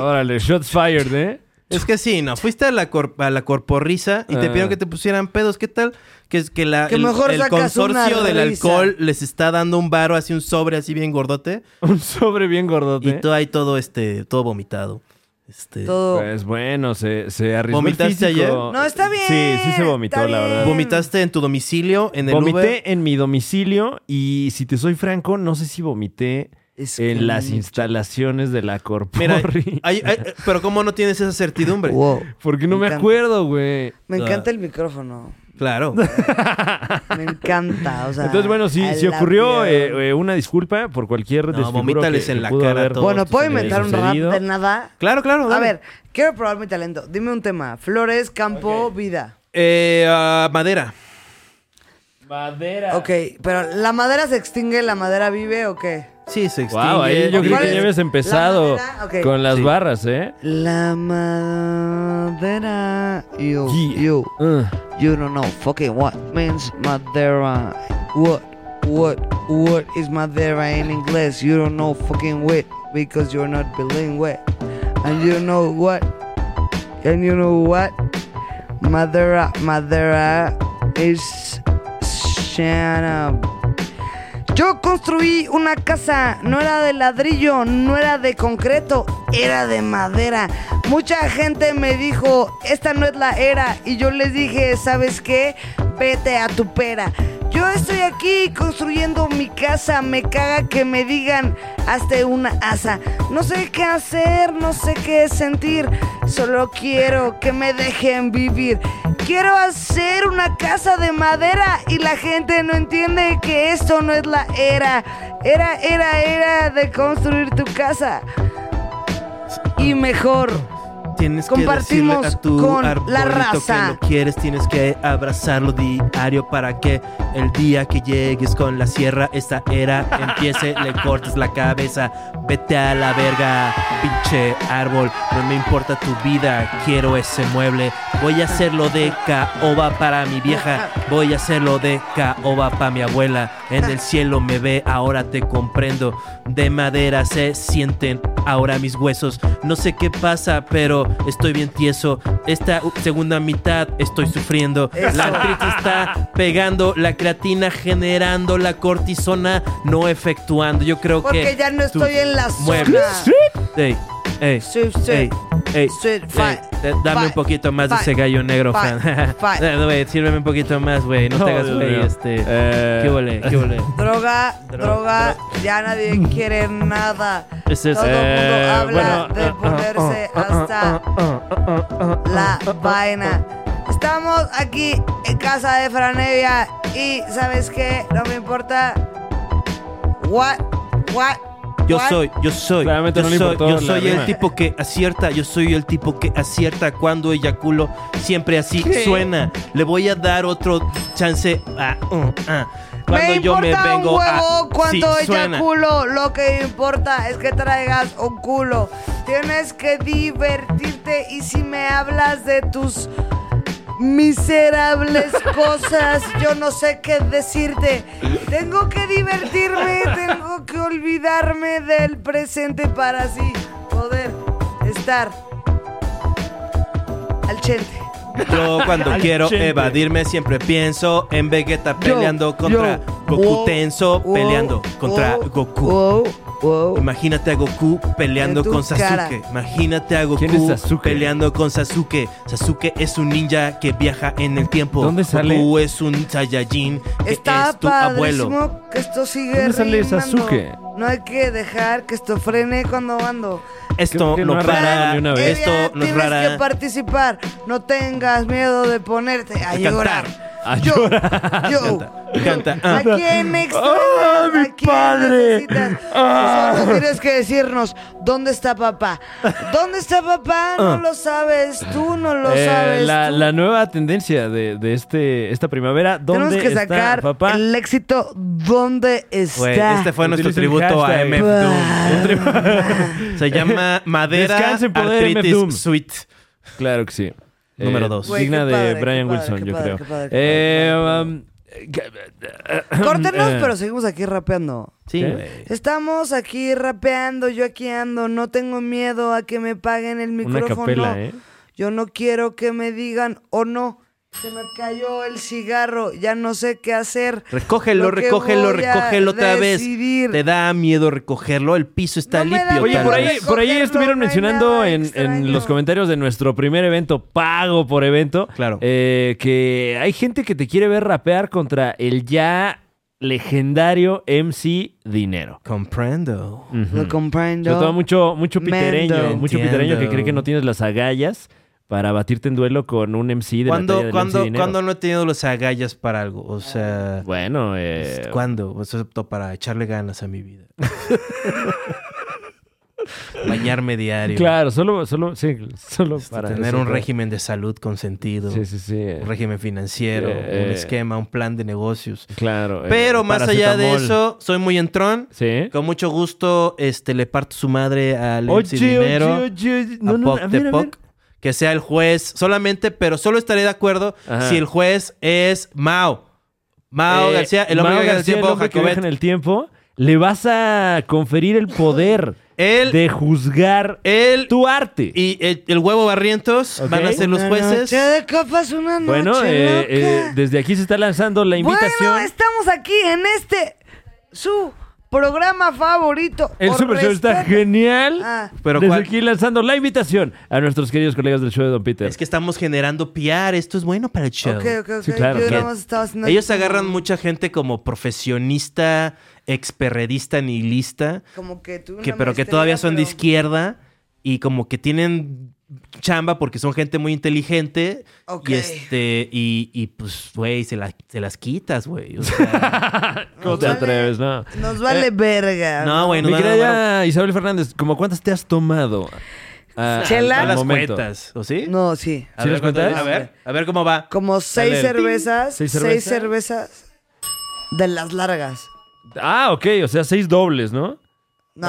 Speaker 10: Órale, shots fired, ¿eh?
Speaker 11: Es que sí, no. Fuiste a la, cor- a la corporrisa y te
Speaker 10: Ah.
Speaker 11: pidieron que te pusieran pedos. ¿Qué tal? Que, es- que, la,
Speaker 9: Que
Speaker 11: el,
Speaker 9: mejor
Speaker 11: el
Speaker 9: sacas una
Speaker 11: consorcio del
Speaker 9: risa.
Speaker 11: alcohol les está dando un varo, así un sobre, así bien gordote.
Speaker 10: Un sobre bien gordote.
Speaker 11: Y todo ahí todo, este, todo vomitado. Este,
Speaker 9: Todo.
Speaker 10: Pues bueno, se, se arriesgó. el
Speaker 11: ¿Vomitaste
Speaker 10: físico.
Speaker 11: ayer?
Speaker 9: No, está bien.
Speaker 10: Sí, sí se vomitó,
Speaker 9: está
Speaker 10: la
Speaker 9: bien.
Speaker 10: verdad.
Speaker 11: ¿Vomitaste en tu domicilio, en el
Speaker 10: vomité
Speaker 11: Uber?
Speaker 10: en mi domicilio y si te soy franco, no sé si vomité
Speaker 9: que
Speaker 10: en las
Speaker 9: mucho.
Speaker 10: instalaciones de la corporri.
Speaker 11: Mira, hay- hay- pero ¿cómo no tienes esa certidumbre?
Speaker 9: Wow.
Speaker 10: Porque no
Speaker 9: me
Speaker 10: me,
Speaker 9: encanta.
Speaker 10: acuerdo, güey.
Speaker 9: Me
Speaker 11: Ah.
Speaker 9: encanta el micrófono.
Speaker 11: Claro.
Speaker 9: Me encanta. O sea,
Speaker 10: Entonces, bueno, si,
Speaker 9: I
Speaker 10: si
Speaker 9: love
Speaker 10: ocurrió
Speaker 9: you.
Speaker 10: eh, eh, una disculpa por cualquier desfiguro
Speaker 11: vomítales
Speaker 10: que-
Speaker 11: en
Speaker 10: que
Speaker 11: la
Speaker 10: pudo
Speaker 11: cara a
Speaker 10: haber
Speaker 11: todos
Speaker 9: Bueno,
Speaker 11: tus
Speaker 9: ¿puedo
Speaker 11: enemigos.
Speaker 9: inventar un rap
Speaker 10: sucedido.
Speaker 9: de nada?
Speaker 11: Claro, claro.
Speaker 9: A
Speaker 11: dale.
Speaker 9: ver, quiero probar mi talento. Dime un tema. Flores, campo, vida.
Speaker 11: Eh, ah, madera.
Speaker 14: Madera.
Speaker 9: Ok, pero ¿la madera se extingue, la madera vive o qué?
Speaker 11: Sí, se extingue.
Speaker 10: Wow, ahí yo creo
Speaker 9: ¿Cuál
Speaker 10: que
Speaker 9: es?
Speaker 10: ya habías
Speaker 9: La
Speaker 10: empezado
Speaker 9: madera, ok.
Speaker 10: con las barras, ¿eh?
Speaker 9: La madera. You, you, you don't know fucking what means madera. What, what, what is madera in English? You don't know fucking what because you're not bilingual. And you know what? And you know what? Madera, madera is Shannon. Yo construí una casa, no era de ladrillo, no era de concreto, era de madera. Mucha gente me dijo, esta no es la era, y yo les dije, ¿sabes qué? Vete a tu pera. Yo estoy aquí construyendo mi casa, me caga que me digan, hazte una asa. No sé qué hacer, no sé qué sentir, solo quiero que me dejen vivir. Quiero hacer una casa de madera y la gente no entiende que esto no es la era. Era, era, era de construir tu casa. Y mejor,
Speaker 11: Tienes que decirle
Speaker 9: Compartimos
Speaker 11: a tu
Speaker 9: con la
Speaker 11: arbolito
Speaker 9: raza.
Speaker 11: que lo quieres, tienes que abrazarlo diario para que el día que llegues con la sierra esta era empiece, le cortes la cabeza, vete a la verga, pinche árbol, no me importa tu vida, quiero ese mueble, voy a hacerlo de caoba para mi vieja, voy a hacerlo de caoba para mi abuela, en el cielo me ve, ahora te comprendo, de madera se sienten ahora mis huesos. No sé qué pasa, pero estoy bien tieso. Esta u- segunda mitad estoy sufriendo.
Speaker 5: Eso.
Speaker 11: La artritis está pegando, la creatina generando, la cortisona no efectuando. Yo creo que.
Speaker 9: Porque ya no
Speaker 11: tú
Speaker 9: estoy en la zona.
Speaker 11: muebles. Ey, ey,
Speaker 9: sí.
Speaker 11: ey, ey,
Speaker 9: Sí, fine,
Speaker 11: ey, da- Dame un poquito más de
Speaker 9: fine,
Speaker 11: ese gallo negro,
Speaker 9: fine,
Speaker 11: fan.
Speaker 9: fine.
Speaker 11: No, güey, sírveme un poquito más, güey. No te
Speaker 10: Oh,
Speaker 11: hagas,
Speaker 10: Dios
Speaker 11: güey.
Speaker 10: mío.
Speaker 11: Este.
Speaker 10: Eh.
Speaker 11: ¿Qué vole? ¿Qué vole?
Speaker 9: Droga, droga, ya nadie quiere nada.
Speaker 11: Ese es-
Speaker 9: Todo el
Speaker 11: Eh,
Speaker 9: mundo habla
Speaker 11: bueno,
Speaker 9: de
Speaker 11: ah, ah,
Speaker 9: ponerse
Speaker 11: ah, ah,
Speaker 9: hasta la vaina. Estamos aquí en casa de Franevia y ¿sabes qué? No me importa. What? What?
Speaker 11: Yo
Speaker 9: what?
Speaker 11: soy, yo soy.
Speaker 10: Claramente
Speaker 11: yo
Speaker 10: no le
Speaker 11: soy,
Speaker 10: importó
Speaker 11: yo
Speaker 10: la
Speaker 11: soy el
Speaker 10: rima.
Speaker 11: tipo que acierta, yo soy el tipo que acierta cuando eyaculo. Siempre así
Speaker 9: ¿Qué?
Speaker 11: suena. Le voy a dar otro chance a. uh, ah. Cuando
Speaker 9: me
Speaker 11: yo me
Speaker 9: importa
Speaker 11: vengo
Speaker 9: un
Speaker 11: a.
Speaker 9: huevo cuando
Speaker 11: sí, suena.
Speaker 9: eyaculo. Lo que importa es que traigas un culo. Tienes que divertirte y si me hablas de tus miserables cosas, yo no sé qué decirte. Tengo que divertirme, tengo que olvidarme del presente para así poder estar al chente.
Speaker 11: Yo cuando
Speaker 9: Al
Speaker 11: quiero
Speaker 9: chente.
Speaker 11: evadirme siempre pienso en Vegeta peleando contra
Speaker 9: yo.
Speaker 11: Goku
Speaker 9: Wow,
Speaker 11: Tenso,
Speaker 9: wow,
Speaker 11: peleando contra
Speaker 9: wow,
Speaker 11: Goku. Em, Imagínate a Goku peleando
Speaker 9: En tu
Speaker 11: con Sasuke.
Speaker 9: cara.
Speaker 11: Imagínate a Goku peleando con Sasuke. Sasuke es un ninja que viaja en el tiempo.
Speaker 10: ¿Dónde sale?
Speaker 11: Goku es un Saiyajin que
Speaker 9: Está
Speaker 11: es tu abuelo.
Speaker 9: padrísimo que esto sigue
Speaker 10: ¿Dónde sale
Speaker 9: rimando.
Speaker 10: Sasuke?
Speaker 9: No hay que dejar que esto frene cuando ando.
Speaker 11: Esto
Speaker 10: Creo que
Speaker 11: no
Speaker 10: no ha
Speaker 11: para,
Speaker 10: raro ni una vez.
Speaker 11: esto no es
Speaker 9: Tienes
Speaker 11: ¿eh?
Speaker 9: que
Speaker 11: para
Speaker 9: participar. No tengas miedo de ponerte a llorar.
Speaker 11: A
Speaker 9: Yo,
Speaker 11: llorar.
Speaker 9: yo.
Speaker 11: Canta, ah,
Speaker 9: ¿A
Speaker 11: canta.
Speaker 9: quién extrañas?
Speaker 10: ¡Ah, mi
Speaker 9: ¿A quién
Speaker 10: padre!
Speaker 9: necesitas?
Speaker 11: Ah.
Speaker 9: Solo tienes que decirnos dónde está papá. ¿Dónde está papá?
Speaker 10: Ah.
Speaker 9: No lo sabes, tú no lo
Speaker 10: Eh,
Speaker 9: sabes.
Speaker 10: la,
Speaker 9: tú.
Speaker 10: la nueva tendencia de, de este, esta primavera. ¿Dónde
Speaker 9: Tenemos que
Speaker 10: está,
Speaker 9: sacar
Speaker 10: papá?
Speaker 9: el éxito dónde está.
Speaker 11: Güey, este fue nuestro
Speaker 10: Utilicen
Speaker 11: tributo a
Speaker 10: hashtag.
Speaker 11: MF Doom. Se llama Madera
Speaker 10: Descanse en poder,
Speaker 11: Artritis
Speaker 10: MF Doom.
Speaker 11: Suite.
Speaker 10: Claro que sí.
Speaker 11: Número dos.
Speaker 10: Eh, digna
Speaker 11: Güey, qué
Speaker 10: de
Speaker 11: padre,
Speaker 10: Brian
Speaker 11: qué padre,
Speaker 10: Wilson,
Speaker 11: qué
Speaker 10: yo
Speaker 11: padre,
Speaker 10: creo.
Speaker 11: qué padre, qué
Speaker 10: Eh, um,
Speaker 9: Córtenos,
Speaker 10: Eh.
Speaker 9: pero seguimos aquí rapeando.
Speaker 10: Sí, ¿Qué? güey.
Speaker 9: Estamos aquí rapeando, yo aquí ando, no tengo miedo a que me paguen el
Speaker 10: Una
Speaker 9: micrófono.
Speaker 10: capela, ¿eh?
Speaker 9: Yo no quiero que me digan o no. Se me cayó el cigarro, ya no sé qué hacer.
Speaker 11: Recógelo,
Speaker 9: Lo que
Speaker 11: recógelo,
Speaker 9: voy a
Speaker 11: recógelo otra vez.
Speaker 9: decidir.
Speaker 11: Te da miedo recogerlo, el piso está limpio.
Speaker 10: eh, Oye,
Speaker 11: tal
Speaker 10: por
Speaker 11: vez.
Speaker 10: ahí, por ahí estuvieron mencionando en, en los comentarios de nuestro primer evento, pago por evento, claro. que hay gente que te quiere ver rapear contra el ya legendario MC Dinero.
Speaker 11: Comprendo.
Speaker 10: Mm,
Speaker 9: Lo comprendo.
Speaker 10: Sobre todo mucho, mucho pitereño,
Speaker 11: Mendo.
Speaker 10: mucho pitereño que
Speaker 11: Entiendo.
Speaker 10: cree que no tienes las agallas para batirte en duelo con un MC de la talla
Speaker 11: ¿Cuándo,
Speaker 10: del MC
Speaker 11: cuándo,
Speaker 10: Dinero. Ah,
Speaker 11: cuándo no he tenido los agallas para algo? O sea.
Speaker 10: Bueno, eh,
Speaker 11: ¿Cuándo? Excepto para echarle ganas a mi vida. Bañarme diario.
Speaker 10: Claro, solo, solo, sí, solo
Speaker 11: Este,
Speaker 10: para
Speaker 11: tener
Speaker 10: eso,
Speaker 11: un
Speaker 10: claro.
Speaker 11: régimen de salud consentido.
Speaker 10: Sí, sí, eh, sí.
Speaker 11: Un régimen financiero,
Speaker 10: Eh,
Speaker 11: un
Speaker 10: eh.
Speaker 11: esquema, un plan de negocios.
Speaker 10: Claro. eh,
Speaker 11: Pero más allá de
Speaker 10: paracetamol.
Speaker 11: eso, soy muy entrón.
Speaker 10: Sí.
Speaker 11: Con mucho gusto, este, le parto su madre al
Speaker 10: Oye,
Speaker 11: MC dinero.
Speaker 10: oye, oye, no,
Speaker 11: a
Speaker 10: no,
Speaker 11: Poc
Speaker 10: a
Speaker 11: de
Speaker 10: ver, a
Speaker 11: Poc.
Speaker 10: ver.
Speaker 11: Que sea el juez solamente, pero solo estaré de acuerdo
Speaker 10: Ajá.
Speaker 11: si el juez es Mao. Mao
Speaker 10: Eh,
Speaker 11: García, el hombre
Speaker 10: Mao
Speaker 11: que viaja
Speaker 10: García,
Speaker 11: en el
Speaker 10: el
Speaker 11: tiempo,
Speaker 10: hombre que viaja
Speaker 11: Jacobet.
Speaker 10: en el tiempo, le vas a conferir el poder de juzgar tu arte.
Speaker 11: Y el, el huevo barrientos
Speaker 10: Ok.
Speaker 11: van a ser los
Speaker 10: Una
Speaker 11: jueces.
Speaker 9: Noche de copas, una noche
Speaker 10: Bueno, eh,
Speaker 9: loca.
Speaker 10: eh, desde aquí se está lanzando la invitación.
Speaker 9: Bueno, estamos aquí en este su programa favorito.
Speaker 10: el
Speaker 9: Por
Speaker 10: Super Show está
Speaker 9: respeto-
Speaker 10: genial.
Speaker 9: Ah.
Speaker 11: Pero
Speaker 10: desde
Speaker 11: ¿cuál?
Speaker 10: aquí lanzando la invitación a nuestros queridos colegas del show de Don Peter.
Speaker 11: Es que estamos generando PR. Esto es bueno para el show.
Speaker 9: Ok, ok, ok.
Speaker 10: Sí, claro.
Speaker 9: Yo nada
Speaker 10: Bien.
Speaker 9: más estaba haciendo
Speaker 11: Ellos
Speaker 9: aquí
Speaker 11: agarran
Speaker 9: como-
Speaker 11: mucha gente como profesionista, experredista, nihilista.
Speaker 9: Como que tú.
Speaker 11: que, pero que todavía son de izquierda y como que tienen chamba porque son gente muy inteligente
Speaker 9: Ok.
Speaker 11: y este y, y, pues güey se, la- se las quitas güey o sea,
Speaker 10: ¿Cómo te atreves, no?
Speaker 9: Nos vale verga.
Speaker 11: no, güey, no,
Speaker 10: Mi
Speaker 11: no, no,
Speaker 10: querida Isabel Fernández, ¿cómo cuántas te has tomado? Ah,
Speaker 9: Chela.
Speaker 11: No
Speaker 9: al
Speaker 11: las
Speaker 9: momento.
Speaker 11: cuentas, ¿o sí?
Speaker 9: No, sí.
Speaker 11: A
Speaker 9: ¿Sí
Speaker 11: ver,
Speaker 9: las
Speaker 11: cuéntale,
Speaker 9: cuentas?
Speaker 11: A ver, a ver cómo va.
Speaker 9: Como seis
Speaker 11: Dale.
Speaker 9: cervezas,
Speaker 11: ¿Seis
Speaker 9: seis
Speaker 11: cervezas?
Speaker 9: cervezas, de las largas.
Speaker 10: Ah, ok, o sea, seis dobles, ¿no?
Speaker 9: No,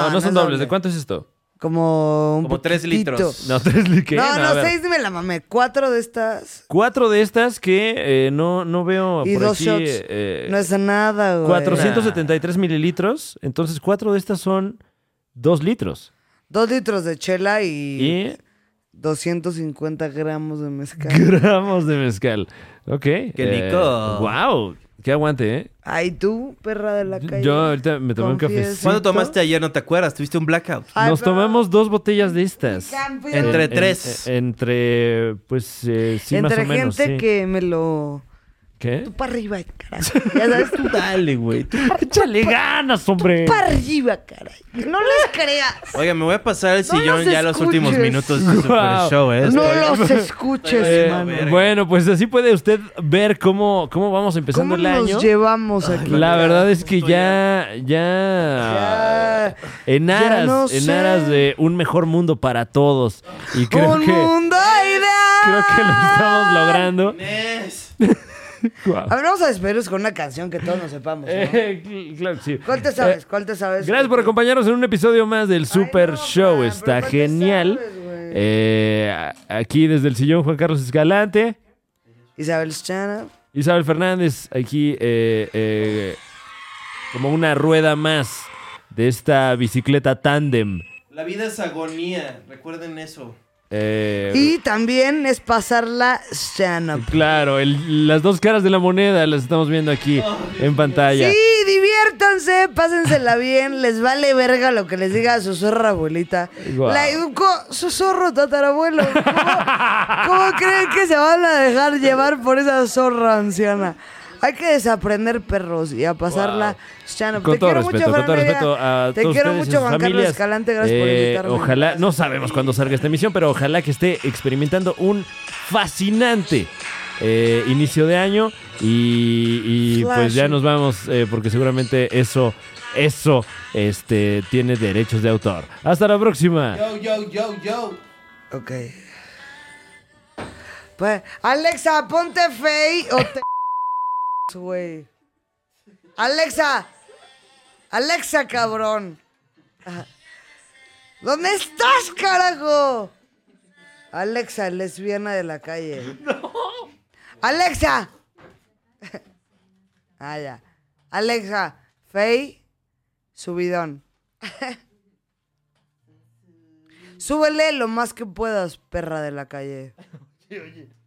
Speaker 10: No, no,
Speaker 9: no
Speaker 10: son dobles.
Speaker 9: es doble.
Speaker 10: ¿De cuánto es esto?
Speaker 9: Como un
Speaker 10: Como tres
Speaker 9: poquitito.
Speaker 10: litros. No, tres litros. ¿qué?
Speaker 9: No,
Speaker 10: No, a
Speaker 9: no,
Speaker 10: ver.
Speaker 9: seis me la mamé. Cuatro de estas
Speaker 10: Cuatro de estas que eh, no, no veo
Speaker 9: y
Speaker 10: por
Speaker 9: dos
Speaker 10: aquí.
Speaker 9: shots.
Speaker 10: eh,
Speaker 9: no es nada, güey.
Speaker 10: 473 mililitros. Entonces, cuatro de estas son dos litros.
Speaker 9: Dos litros de chela y,
Speaker 10: Y
Speaker 9: 250 gramos de mezcal.
Speaker 10: gramos de mezcal. Ok. ¡Qué
Speaker 11: rico!
Speaker 10: ¡Wow! ¡Qué aguante, eh!
Speaker 9: Ay, tú, perra de la calle.
Speaker 10: Yo ahorita me tomé un café.
Speaker 9: Confiesa.
Speaker 11: ¿Cuándo tomaste ayer? No te acuerdas. ¿Tuviste un blackout?
Speaker 9: Ay,
Speaker 10: Nos
Speaker 9: pero- pues,
Speaker 10: tomamos dos botellas de estas.
Speaker 9: Campeón.
Speaker 11: Entre
Speaker 10: En-
Speaker 11: tres.
Speaker 10: en- entre, pues, eh, sí,
Speaker 9: Entre
Speaker 10: más o menos.
Speaker 9: gente
Speaker 10: sí.
Speaker 9: que me lo...
Speaker 10: ¿Qué?
Speaker 9: Tú para arriba, carajo. Ya sabes, tú
Speaker 11: Dale, güey.
Speaker 10: Échale ganas, hombre.
Speaker 9: para arriba, caray. No les creas.
Speaker 11: Oiga, me voy a pasar el
Speaker 9: No
Speaker 11: sillón
Speaker 9: los
Speaker 11: ya los últimos
Speaker 9: escuches.
Speaker 11: minutos de Super
Speaker 10: Guau.
Speaker 11: Show, ¿eh?
Speaker 9: No
Speaker 11: Estoy-
Speaker 9: los escuches,
Speaker 11: Eh,
Speaker 9: mano.
Speaker 10: Bueno, pues así puede usted ver cómo, cómo vamos empezando
Speaker 9: ¿Cómo
Speaker 10: el año.
Speaker 9: nos llevamos aquí?
Speaker 10: La verdad es que ya, ya, en
Speaker 9: ya
Speaker 10: aras,
Speaker 9: no
Speaker 10: en
Speaker 9: sé. Oh,
Speaker 10: aras de un mejor mundo para todos. Y creo
Speaker 9: Un
Speaker 10: que
Speaker 9: mundo ideal.
Speaker 10: creo que lo estamos logrando.
Speaker 9: A ver, vamos a despedirnos con una canción que todos nos sepamos. ¿no?
Speaker 10: Eh, claro que sí.
Speaker 9: ¿Cuál te sabes? ¿Cuál te sabes?
Speaker 10: Gracias por acompañarnos en un episodio más del Super Show. Está genial. Eh, a- aquí desde el sillón Juan Carlos Escalante.
Speaker 9: Isabel Chana.
Speaker 10: Isabel Fernández, aquí eh, eh, como una rueda más de esta bicicleta tándem.
Speaker 11: La vida es agonía. Recuerden eso.
Speaker 10: Eh,
Speaker 9: Y también es pasarla Chana.
Speaker 10: Claro, el- las dos caras de la moneda las estamos viendo aquí en pantalla.
Speaker 9: Sí, diviértanse, pásensela bien, les vale verga lo que les diga su zorra abuelita.
Speaker 10: Guau.
Speaker 9: La educó su zorro tatarabuelo. ¿Cómo, cómo creen que se van a dejar llevar por esa zorra anciana? Hay que desaprender perros y a pasarla. Chano,
Speaker 10: Con
Speaker 9: te
Speaker 10: todo
Speaker 9: quiero
Speaker 10: respeto,
Speaker 9: mucho,
Speaker 10: con
Speaker 9: Fran
Speaker 10: todo
Speaker 9: Evia.
Speaker 10: respeto a
Speaker 9: Te
Speaker 10: todos ustedes
Speaker 9: quiero
Speaker 10: y sus
Speaker 9: mucho, Juan Carlos
Speaker 10: familias.
Speaker 9: Escalante. Gracias por
Speaker 10: Eh,
Speaker 9: invitarme.
Speaker 10: Ojalá, no sabemos cuándo salga esta emisión, pero ojalá que esté experimentando un fascinante eh, inicio de año. Y, y, pues ya
Speaker 9: Flashy.
Speaker 10: nos vamos, eh, porque seguramente eso, eso este, tiene derechos de autor. Hasta la próxima.
Speaker 11: Yo, yo, yo, yo.
Speaker 9: Ok. Pues, Alexa, ponte fey o te. Güey. Alexa. Alexa, cabrón. Ajá. ¿Dónde estás, carajo? Alexa, lesbiana de la calle. No. Alexa. Ah, ya. Alexa, fey, subidón. Súbele lo más que puedas, perra de la calle.
Speaker 2: Oye, oye.